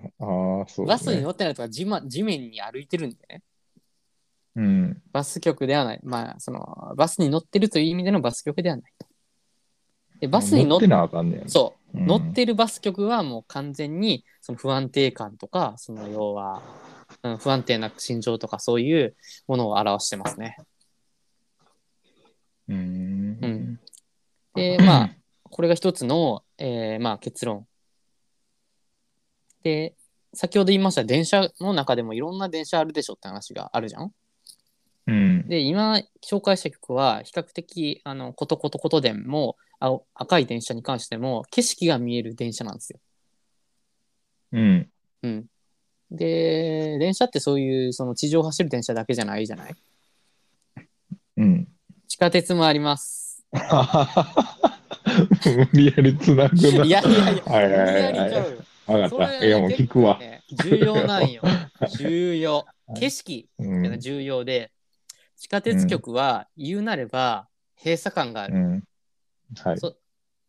Speaker 2: そう、ね。
Speaker 1: バスに乗ってないとか地,、ま、地面に歩いてるんでね。
Speaker 2: うん。
Speaker 1: バス局ではない。まあ、その、バスに乗ってるという意味でのバス局ではないと。で、バスに乗
Speaker 2: 乗
Speaker 1: っ
Speaker 2: ってて、なあかんねやな。
Speaker 1: そう、
Speaker 2: うん
Speaker 1: 乗ってるバス局はもう完全に、その不安定感とか、その要は、うん、不安定な心情とかそういうものを表してますね。
Speaker 2: うーん。
Speaker 1: うんで、まあ、これが一つの、えーまあ、結論。で、先ほど言いました、電車の中でもいろんな電車あるでしょって話があるじゃん。
Speaker 2: うん。
Speaker 1: で、今紹介した曲は、比較的、あの、ことことことでも、青赤い電車に関しても景色が見える電車なんですよ。
Speaker 2: うん。
Speaker 1: うん、で電車ってそういうその地上を走る電車だけじゃないじゃない
Speaker 2: うん。
Speaker 1: 地下鉄もあります。
Speaker 2: 無理やりつなぐな。
Speaker 1: いやいやいや、
Speaker 2: はいはいは
Speaker 1: 無
Speaker 2: いはい
Speaker 1: 理やりちゃうよ
Speaker 2: わかっ
Speaker 1: そ
Speaker 2: た。
Speaker 1: れ
Speaker 2: いや、もう聞くわ。
Speaker 1: ね重要なん よ。重要。景色
Speaker 2: う
Speaker 1: っていうのは
Speaker 2: ん。
Speaker 1: 重要で、地下鉄局は言うなれば閉鎖感がある。
Speaker 2: うん。はい。
Speaker 1: そ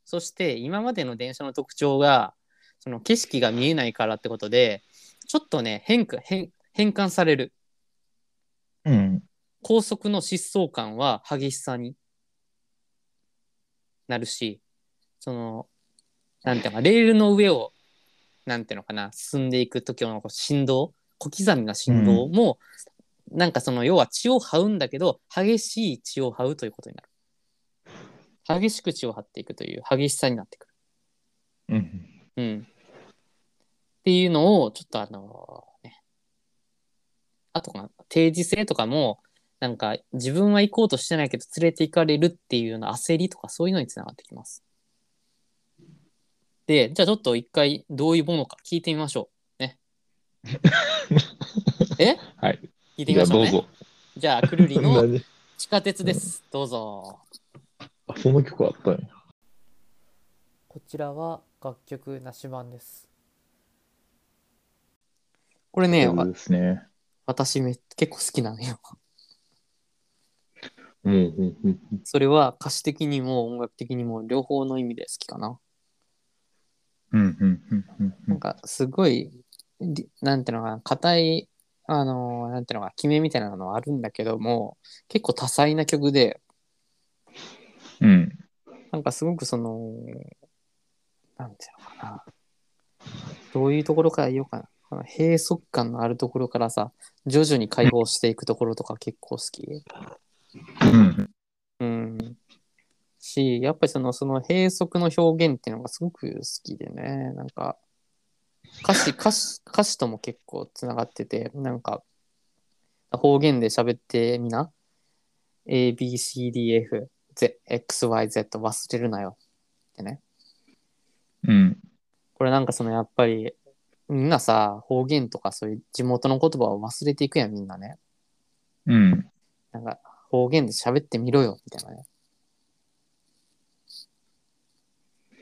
Speaker 1: そして今までの電車の特徴がその景色が見えないからってことでちょっとね変化変変換される
Speaker 2: うん。
Speaker 1: 高速の疾走感は激しさになるしそのなんていうのかレールの上をなんていうのかな進んでいく時のこう振動小刻みな振動も、なんかその要は血を這うんだけど激しい血を這うということになる激しく血を這っていくという激しさになってくる。
Speaker 2: うん。
Speaker 1: うん。っていうのを、ちょっとあのね。あとか、定時制とかも、なんか、自分は行こうとしてないけど、連れて行かれるっていうような焦りとか、そういうのにつながってきます。で、じゃあちょっと一回、どういうものか聞いてみましょう。 ね。え
Speaker 2: はい。
Speaker 1: 聞いてみま
Speaker 2: じゃあ、
Speaker 1: しょう、
Speaker 2: ど
Speaker 1: ね。
Speaker 2: うぞ。
Speaker 1: じゃあ、くるりの
Speaker 2: 何
Speaker 1: 地下鉄 です。どうぞ。
Speaker 2: あその曲あったんや。
Speaker 5: こちらは楽曲なし版です
Speaker 1: これね、
Speaker 2: そう
Speaker 1: わ
Speaker 2: ですね。
Speaker 1: 私め結構好きなのよ。
Speaker 2: うんうんうん
Speaker 1: それは歌詞的にも音楽的にも両方の意味で好きかな。
Speaker 2: うんうんうんうんう
Speaker 1: なん
Speaker 2: ん
Speaker 1: かすごい、りなんていうのかな、硬い、あのーなんていうのかな、決めみたいなのはあるんだけども、結構多彩な曲で、
Speaker 2: うん
Speaker 1: なんかすごくその、なんていうのかな、どういうところから言おうかな。この閉塞感のあるところからさ、徐々に解放していくところとか結構好き。
Speaker 2: うん
Speaker 1: うん。し、やっぱりその、その閉塞の表現っていうのがすごく好きでね、なんか、歌詞、歌詞、歌詞とも結構つながってて、なんか、方言で喋ってみな。A, B, C, D, F, Z, X, Y, Z 忘れるなよ。ってね。
Speaker 2: うん
Speaker 1: これなんかそのやっぱり、みんなさ、方言とかそういう地元の言葉を忘れていくやん、みんなね。
Speaker 2: うん
Speaker 1: なんか、方言で喋ってみろよ、みたいなね。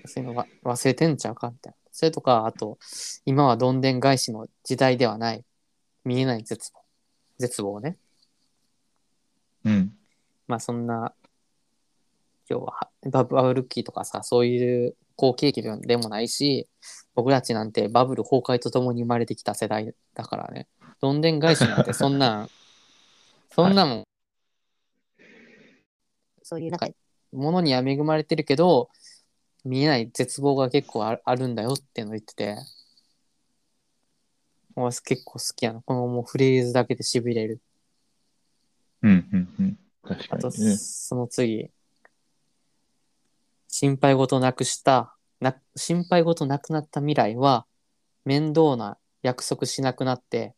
Speaker 1: そういうのわ忘れてんちゃうか、みたいな。それとか、あと、今はどんでん返しの時代ではない。見えない絶望。絶望ね。
Speaker 2: うん
Speaker 1: まあ、そんな、要は、バブバブル期とかさ、そういう好景気でもないし、僕たちなんてバブル崩壊とともに生まれてきた世代だからね。どんでん返しなんてそんなん、そんなもん、そういうなんか、ものには恵まれてるけど、見えない絶望が結構ああるんだよっていうのを言ってて、俺結構好きやな。このもうフレーズだけで痺れる。
Speaker 2: うんうんうん確
Speaker 1: あ
Speaker 2: か
Speaker 1: と、
Speaker 2: にね
Speaker 1: その次。心配事なくした、な心配事なくなった未来は、面倒な約束しなくなって、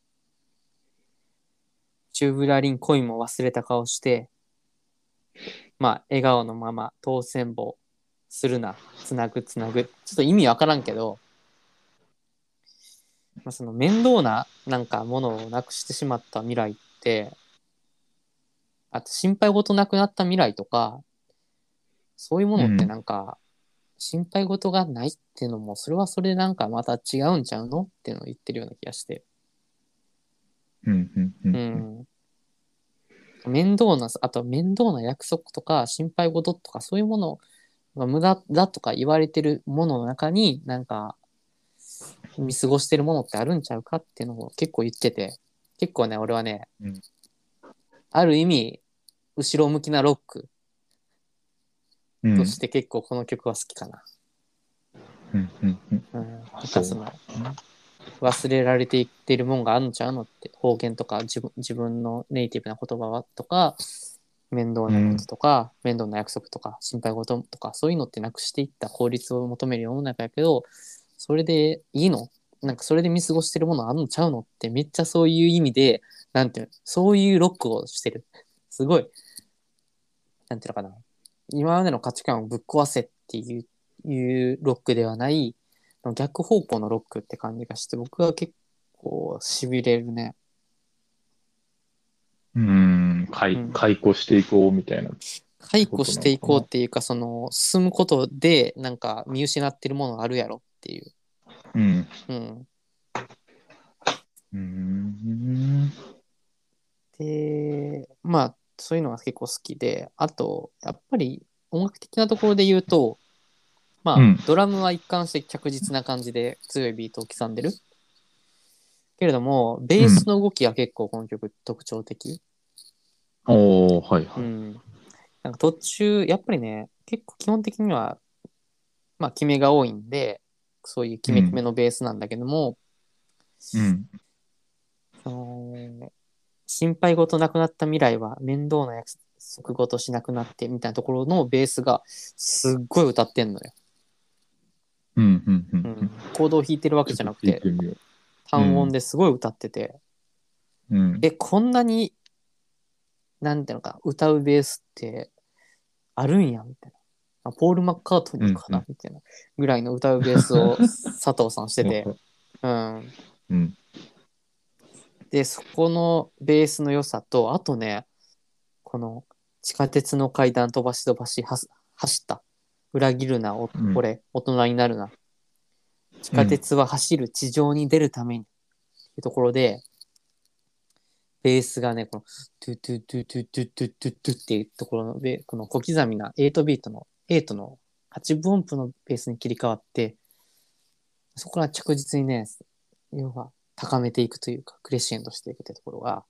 Speaker 1: チューブラリン恋も忘れた顔して、まあ、笑顔のまま、当選棒、するな、つなぐ、つなぐ。ちょっと意味わからんけど、まあ、その面倒な、なんか、ものをなくしてしまった未来って、あと心配事なくなった未来とか、そういうものってなんか、心配事がないっていうのも、それはそれでなんかまた違うんちゃうのっていうのを言ってるような気がして。
Speaker 2: うんうんう
Speaker 1: うんん。面倒な、あと面倒な約束とか心配事とかそういうものが無駄だとか言われてるものの中になんか見過ごしてるものってあるんちゃうかっていうのを結構言ってて、結構ね、俺はね、
Speaker 2: うん
Speaker 1: ある意味、後ろ向きなロック
Speaker 2: うん
Speaker 1: として結構この曲は好きかな。
Speaker 2: うんうんうん
Speaker 1: うん。
Speaker 2: あ
Speaker 1: なん
Speaker 2: そ
Speaker 1: か
Speaker 2: う
Speaker 1: その、忘れられていってるもんがあるんちゃうのって、方言とか自分自分のネイティブな言葉はとか、面倒なこととか、面倒な約束とか、心配事とか、そういうのってなくしていった効率を求める世の中やけど、それでいいのなんかそれで見過ごしてるものあるんちゃうのって、めっちゃそういう意味で、なんていうのそういうロックをしてる。すごい。なんていうのかな。今までの価値観をぶっ壊せってっていういうロックではない逆方向のロックって感じがして僕は結構しびれるね
Speaker 2: うん、
Speaker 1: う
Speaker 2: 解
Speaker 1: ん
Speaker 2: 解雇していこうみたいな。
Speaker 1: 解雇していこうっていうかその進むことでなんか見失ってるものがあるやろっていう、
Speaker 2: うん。
Speaker 1: うん、
Speaker 2: うん。
Speaker 1: でまあそういうのが結構好きであとやっぱり音楽的なところで言うとまあ、
Speaker 2: うん
Speaker 1: ドラムは一貫して着実な感じで強いビートを刻んでるけれどもベースの動きは結構この曲特徴的、
Speaker 2: おー、はいは
Speaker 1: う
Speaker 2: い。
Speaker 1: ん、なんか途中やっぱりね結構基本的にはまあ決めが多いんでそういう決め決めのベースなんだけども、
Speaker 2: うん。
Speaker 1: その心配事なくなった未来は面倒な約束事しなくなってみたいなところのベースがすっごい歌ってんのよ、
Speaker 2: うん。うん。
Speaker 1: う
Speaker 2: う
Speaker 1: んん、コードを弾いてるわけじゃなくて
Speaker 2: ちょっと聞いみよ
Speaker 1: 単音ですごい歌ってて、
Speaker 2: ううん。
Speaker 1: えこんなになんていうのか歌うベースってあるんやみたいなあポール・マッカートニーか
Speaker 2: うん
Speaker 1: なみたいなぐらいの歌うベースを佐藤さんして て、うん、
Speaker 2: うん。
Speaker 1: でそこのベースの良さとあとねこの地下鉄の階段飛ばし飛ばしはす走った裏切るなお
Speaker 2: うん
Speaker 1: 俺、大人になるな地下鉄は走る地上に出るためにっていうところでベースがねこのトゥトゥトゥトゥトゥトゥトゥトゥっていうところのでこの小刻みな8ビートの8の8分音符のベースに切り替わってそこから着実にね要は高めていくというかクレッシェンドしていくというところが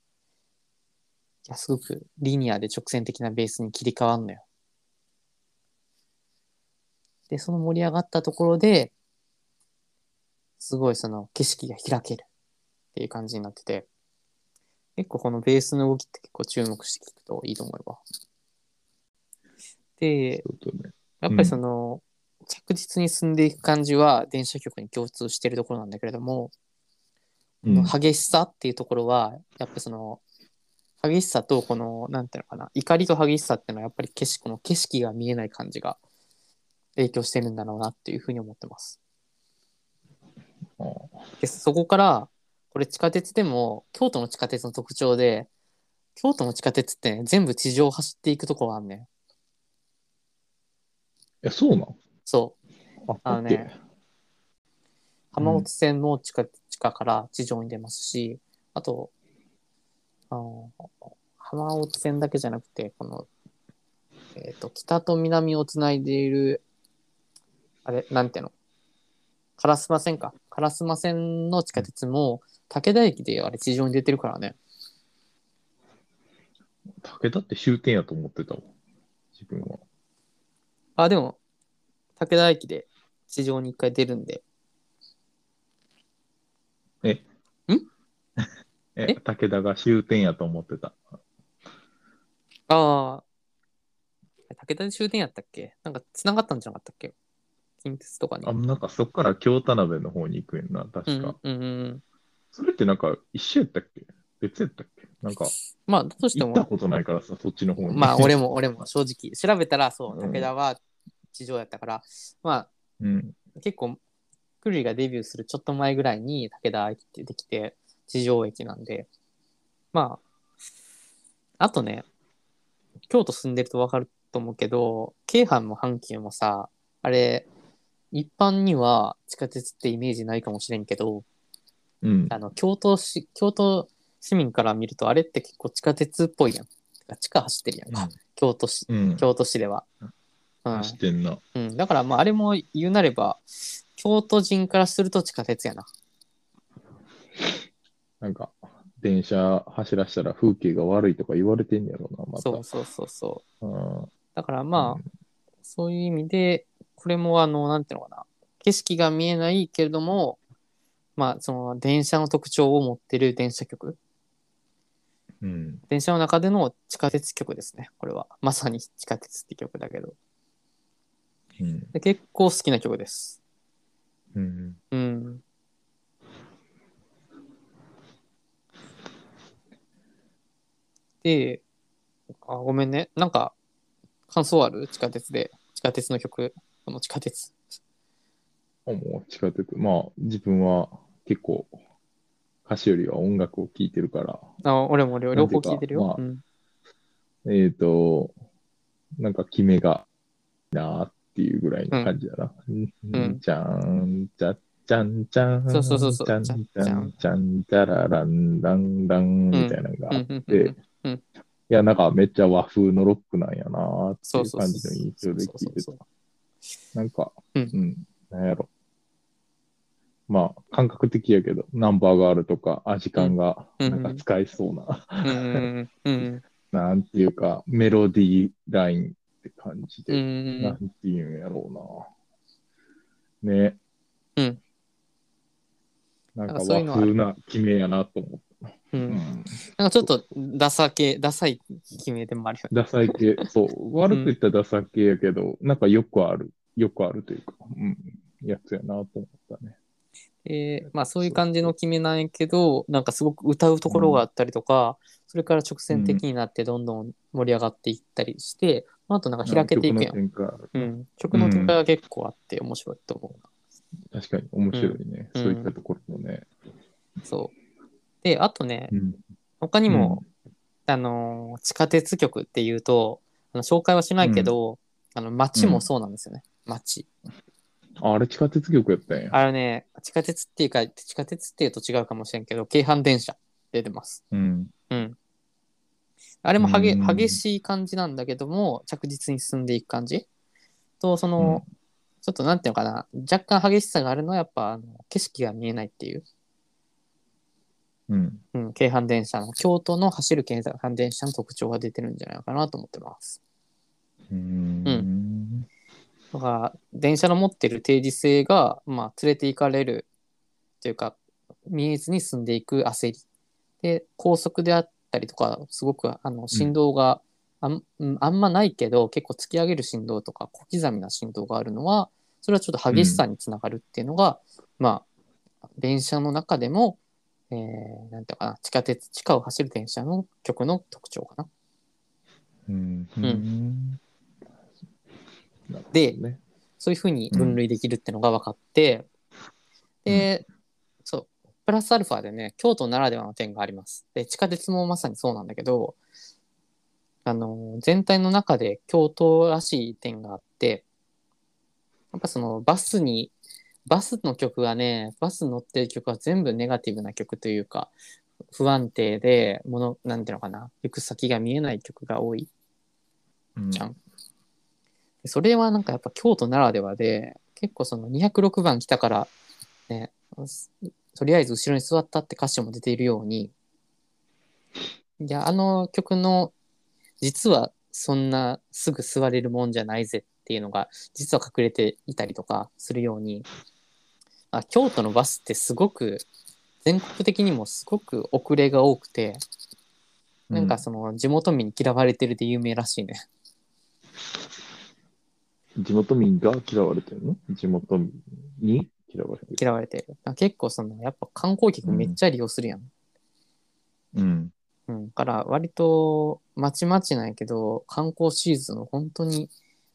Speaker 1: いやすごくリニアで直線的なベースに切り替わるのよ。でその盛り上がったところですごいその景色が開けるっていう感じになってて結構このベースの動きって結構注目して聞くといいと思うわ。で
Speaker 2: ちょっとね。
Speaker 1: やっぱりその、着実に進んでいく感じは電車曲に共通してるところなんだけれども、
Speaker 2: うん
Speaker 1: この激しさっていうところはやっぱりその激しさとこのなんていうのかな怒りと激しさっていうのはやっぱり景色この景色が見えない感じが影響してるんだろうなっていうふうに思ってます。
Speaker 2: あー
Speaker 1: でそこからこれ地下鉄でも京都の地下鉄の特徴で京都の地下鉄ってね、全部地上を走っていくところがあんねん。
Speaker 2: え、そうなの
Speaker 1: そう
Speaker 2: あ、
Speaker 1: あのね
Speaker 2: だっけ
Speaker 1: 浜松線も地下地下から地上に出ますし、あと、あの浜松線だけじゃなくて、この、えっ、と、北と南をつないでいる、あれ、なんていうの、烏丸線か。烏丸線の地下鉄も、武田駅であれ地上に出てるからね。
Speaker 2: 武田って終点やと思ってたわ。自分は。
Speaker 1: あ、でも、武田駅で地上に一回出るんで、
Speaker 2: え、
Speaker 1: え
Speaker 2: 武田が終点やと思ってた。
Speaker 1: ああ、武田で終点やったっけなんか繋がったんじゃなかったっけ近鉄とかに。
Speaker 2: あ、なんかそっから京田辺の方に行くんやな、
Speaker 1: う
Speaker 2: 確
Speaker 1: ん
Speaker 2: か。
Speaker 1: うんうん、
Speaker 2: それってなんか一緒やったっけ別やったっけなんか
Speaker 1: まあ、だとして
Speaker 2: 行った
Speaker 1: も、
Speaker 2: ことないからさ、そっちの方に。
Speaker 1: まあ、俺も、 俺も、正直、調べたら、そう、
Speaker 2: うん
Speaker 1: 武田は地上やったから、ま
Speaker 2: うん。
Speaker 1: あ、結構、クルリがデビューするちょっと前ぐらいに武田駅ってできて、地上駅なんで、まあ、あとね、京都住んでると分かると思うけど、京阪も阪急もさ、あれ、一般には地下鉄ってイメージないかもしれんけど、
Speaker 2: うん。
Speaker 1: あの京都市京都市民から見るとあれって結構地下鉄っぽいやん。てか地下走ってるやんか、
Speaker 2: うん
Speaker 1: 京都市
Speaker 2: うん。
Speaker 1: 京都市では。うん
Speaker 2: 知ってんな。
Speaker 1: うん、だからまああれも言うなれば京都人からすると地下鉄やな。
Speaker 2: なんか、電車走らしたら風景が悪いとか言われてんやろな、また。
Speaker 1: そうそうそうそう。
Speaker 2: うん
Speaker 1: だからまあ、そういう意味でこれもあのなんていうのかな景色が見えないけれどもまあその電車の特徴を持ってる電車局
Speaker 2: うん。
Speaker 1: 電車の中での地下鉄局ですねこれはまさに地下鉄って曲だけど
Speaker 2: うん。
Speaker 1: で結構好きな曲です。
Speaker 2: うん。
Speaker 1: うん。で、あ、ごめんね。なんか、感想ある地下鉄で。地下鉄の曲。この地下鉄。
Speaker 2: もう地下鉄。まあ、自分は結構、歌詞よりは音楽を聴いてるから、
Speaker 1: あ、俺も両両方聞いてるよ。
Speaker 2: なんて
Speaker 1: うん
Speaker 2: えっ、と、なんか決めがいいなーっていうぐらいの感じだな。
Speaker 1: ん
Speaker 2: じゃーん、じゃ、じゃんじゃん、
Speaker 1: そうそうそうそう
Speaker 2: じゃん
Speaker 1: じ
Speaker 2: じ
Speaker 1: ゃ
Speaker 2: ゃ
Speaker 1: ん
Speaker 2: ん
Speaker 1: じ
Speaker 2: じ
Speaker 1: ゃ
Speaker 2: ゃ
Speaker 1: ん
Speaker 2: ん、じゃんじゃららん、らんらんみたいなのがあっ
Speaker 1: うんうんうんう
Speaker 2: て、
Speaker 1: ん
Speaker 2: い
Speaker 1: うん
Speaker 2: や、なんかめっちゃ和風のロックなんやなーって
Speaker 1: そ
Speaker 2: いうう
Speaker 1: そう
Speaker 2: 感じ
Speaker 1: そ
Speaker 2: の
Speaker 1: う
Speaker 2: 印象で聞いて
Speaker 1: そうそう
Speaker 2: た。なんか、
Speaker 1: うん
Speaker 2: うん、なんやろ。まあ、感覚的やけど、ナンバーガールとか、アジカンが、
Speaker 1: うん
Speaker 2: なんか使えそうな。
Speaker 1: うんうんうん
Speaker 2: なんていうか、メロディーラインって感じ
Speaker 1: うんう
Speaker 2: で、
Speaker 1: んう
Speaker 2: なん
Speaker 1: ん
Speaker 2: ていうんやろうな。ね。
Speaker 1: うん。
Speaker 2: なんか
Speaker 1: なんかそういうのは
Speaker 2: 和風な決めやなと思った。
Speaker 1: う。
Speaker 2: うんん。
Speaker 1: なんかちょっとダサ系、ダサい決めでもあるよね。
Speaker 2: ダサい系、 そう、悪く言ったらダサい系やけど、なんかよくある、よくあるというか、うん、やつやなと思ったね。
Speaker 1: えーまあそういう感じの決めなんやけど、なんかすごく歌うところがあったりとか、それから直線的になってどんどん盛り上がっていったりして、あとなんか開けていくやん。
Speaker 2: 曲の展開
Speaker 1: うん、曲の展開が結構あって面白いと思う。
Speaker 2: 確かに面白いね、
Speaker 1: うん
Speaker 2: そういったところもね。
Speaker 1: そう。で、あとね、
Speaker 2: うん。
Speaker 1: 他にも、あのー地下鉄局っていうと、あの紹介はしないけど、あの街もそうなんですよね。街。
Speaker 2: ああれ、地下鉄局やったんや。
Speaker 1: あのね、地下鉄っていうか、地下鉄っていうと違うかもしれんけど、京阪電車出てます。
Speaker 2: うん。
Speaker 1: うん。あれも激
Speaker 2: うん
Speaker 1: 激しい感じなんだけども、着実に進んでいく感じと、その、ちょっとなんていうのかな、若干激しさがあるのは、やっぱあの景色が見えないっていう。
Speaker 2: うん。
Speaker 1: うん、京阪電車の京都の走る京阪電車の特徴が出てるんじゃないかなと思ってます。
Speaker 2: うーん。
Speaker 1: だから電車の持ってる定時性が、まあ、連れて行かれるというか見えずに進んでいく焦りで高速であったりとかすごくあの振動があん,うん、あんまないけど結構突き上げる振動とか小刻みな振動があるのはそれはちょっと激しさにつながるっていうのが、まあ電車の中でも、えー、なんていうのかな地下鉄地下を走る電車の曲の特徴かな。
Speaker 2: うん。
Speaker 1: ん
Speaker 2: うんなるほど
Speaker 1: で
Speaker 2: ね
Speaker 1: そういうふうに分類できるってのが分かって、
Speaker 2: うん
Speaker 1: で、そう、プラスアルファでね、京都ならではの点があります。で、地下鉄もまさにそうなんだけど、あの、全体の中で京都らしい点があって、やっぱそのバスに、バスの曲がね、バス乗ってる曲は全部ネガティブな曲というか、不安定で、もの、なんていうのかな、行く先が見えない曲が多い。
Speaker 2: うん
Speaker 1: ちゃんでそれはなんかやっぱ京都ならではで結構その206番来たからねすとりあえず後ろに座ったって歌詞も出ているようにいやあの曲の実はそんなすぐ座れるもんじゃないぜっていうのが実は隠れていたりとかするようにあ京都のバスってすごく全国的にもすごく遅れが多くてなんかその地元民に嫌われてるで有名らしいね。
Speaker 2: うん地元民が嫌われてるの地元民に嫌われてる。
Speaker 1: 嫌われてる。あ結構そのやっぱ観光客めっちゃ利用するやん。
Speaker 2: うん。
Speaker 1: うん。から割とまちまちなんやけど観光シーズン本当に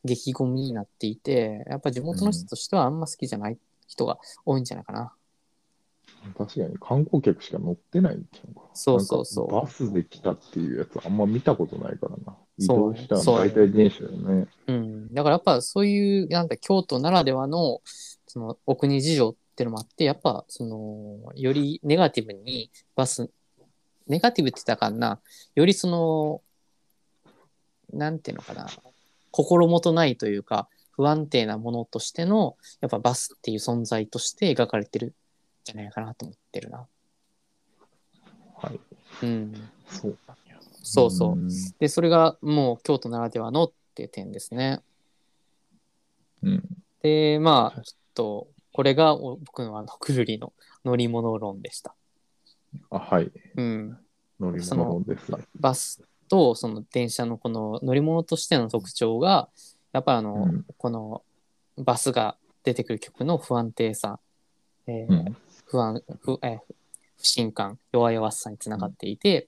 Speaker 1: 激ゴミになっていてやっぱ地元の人としてはあんま好きじゃない人が多いんじゃないかな。
Speaker 2: 確かに観光客しか乗ってないんちゃうか。
Speaker 1: そうそうそう
Speaker 2: なんかバスで来たっていうやつあんま見たことないからな。移
Speaker 1: そう
Speaker 2: 動したら大体電車だよね。
Speaker 1: うん。だからやっぱそういうなんか京都ならではのそのお国事情ってのもあってやっぱそのよりネガティブにバスネガティブって言ったらあかんなよりそのなんていうのかな心もとないというか不安定なものとしてのやっぱバスっていう存在として描かれてるんじゃないかなと思ってるな。
Speaker 2: はい。
Speaker 1: うん、
Speaker 2: そうなんや。
Speaker 1: そうそう。
Speaker 2: ん。
Speaker 1: でそれがもう京都ならではのっていう点ですね。
Speaker 2: うん
Speaker 1: でまあちょっとこれがお僕のあのくるりの乗り物論でした。
Speaker 2: あ、はい。
Speaker 1: うん、
Speaker 2: 乗り物ですね。
Speaker 1: バスとその電車のこの乗り物としての特徴がやっぱあの、
Speaker 2: うん
Speaker 1: このバスが出てくる曲の不安定さ、えー
Speaker 2: うん。
Speaker 1: 不安不,、えー不信感弱々しさにつながっていて、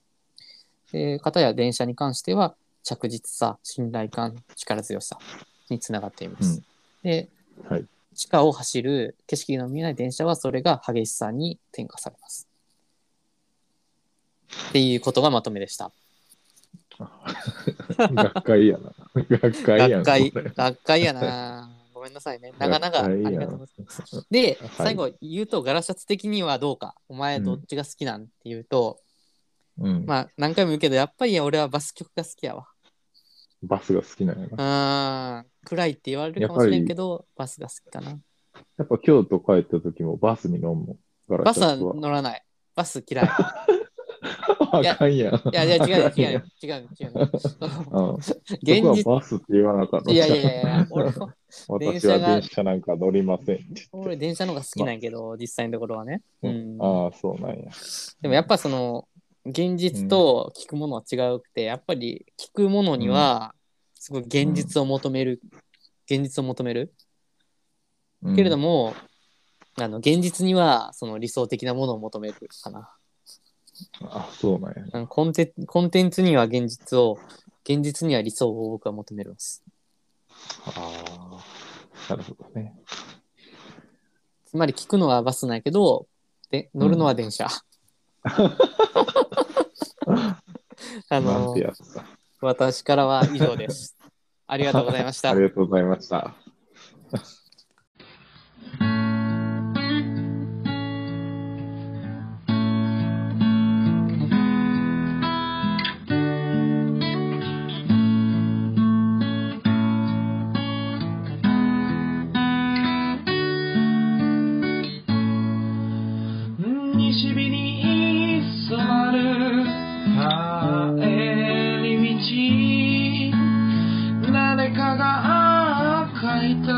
Speaker 1: で片や電車に関しては着実さ信頼感力強さにつながっています。
Speaker 2: うん
Speaker 1: で地下を走る景色の見えない電車はそれが激しさに転化されます。っていうことがまとめでした。
Speaker 2: 学会やな。学会や
Speaker 1: 学
Speaker 2: な。
Speaker 1: 会、
Speaker 2: これ
Speaker 1: 学会やな。ごめんなさいね。長々あ
Speaker 2: 学会
Speaker 1: り
Speaker 2: や
Speaker 1: がとうございます。で
Speaker 2: はい、
Speaker 1: 最後言うと、ガラシャツ的にはどうか。お前どっちが好きなんって言うと、
Speaker 2: うん。
Speaker 1: まあ何回も言うけど、やっぱり俺はバス曲が好きやわ。
Speaker 2: バスが好きなんや
Speaker 1: う
Speaker 2: な。
Speaker 1: ん。暗いって言われるかもしれんけど、バスが好きかな。
Speaker 2: やっぱ京都帰った時もバスに乗んもん。ガラ
Speaker 1: バ
Speaker 2: シ
Speaker 1: ス
Speaker 2: ャ
Speaker 1: は
Speaker 2: ツは
Speaker 1: 乗らない。バス嫌い。いや
Speaker 2: あかんやん。
Speaker 1: いやいや違うよ
Speaker 2: あかん
Speaker 1: 違う
Speaker 2: やん
Speaker 1: よ違うよ違うよ。
Speaker 2: うん。
Speaker 1: 現
Speaker 2: 僕
Speaker 1: 実
Speaker 2: はバスって言わなかった。
Speaker 1: いやいやいやいや、俺も
Speaker 2: 私
Speaker 1: 電車
Speaker 2: は
Speaker 1: が
Speaker 2: 電車なんか乗りません。
Speaker 1: 俺電車の方が好きなんやけど、実際のところはね。うん、
Speaker 2: ああ、そうなんや。
Speaker 1: でもやっぱその現実と聞くものは違うくて、やっぱり聞くものにはすごい現実を求める、現実を求める
Speaker 2: うん
Speaker 1: けれども、あの現実にはその理想的なものを求めるかな。
Speaker 2: あそうなんや。
Speaker 1: うんコンテコンテンツには現実を現実には理想を僕は求めるんです。
Speaker 2: ああ、なるほどね。
Speaker 1: つまり聞くのはバスなんやけどで乗るのは電車。 あ
Speaker 2: なん
Speaker 1: の
Speaker 2: てやつだ。
Speaker 1: 私からは以上です。ありがとうございまし
Speaker 2: あ
Speaker 1: た
Speaker 2: り。がとうございました。
Speaker 6: 西日に染まる帰り道誰かが書いた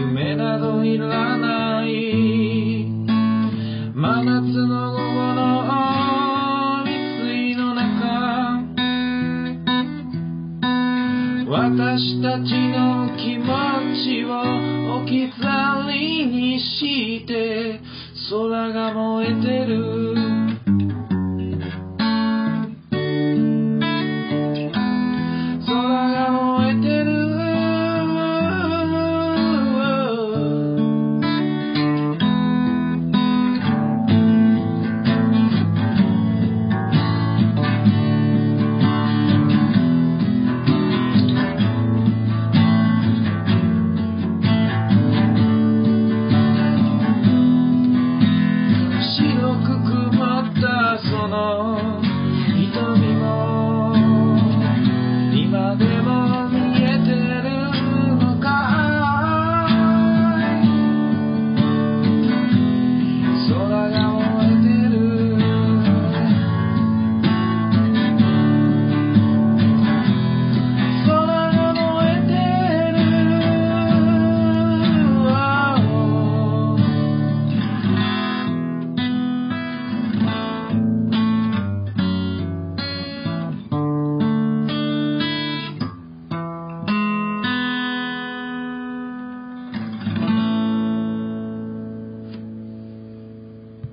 Speaker 6: 夢などいらない真夏の午後の水の中私たちの気持ちを置き去りにして空が燃えてる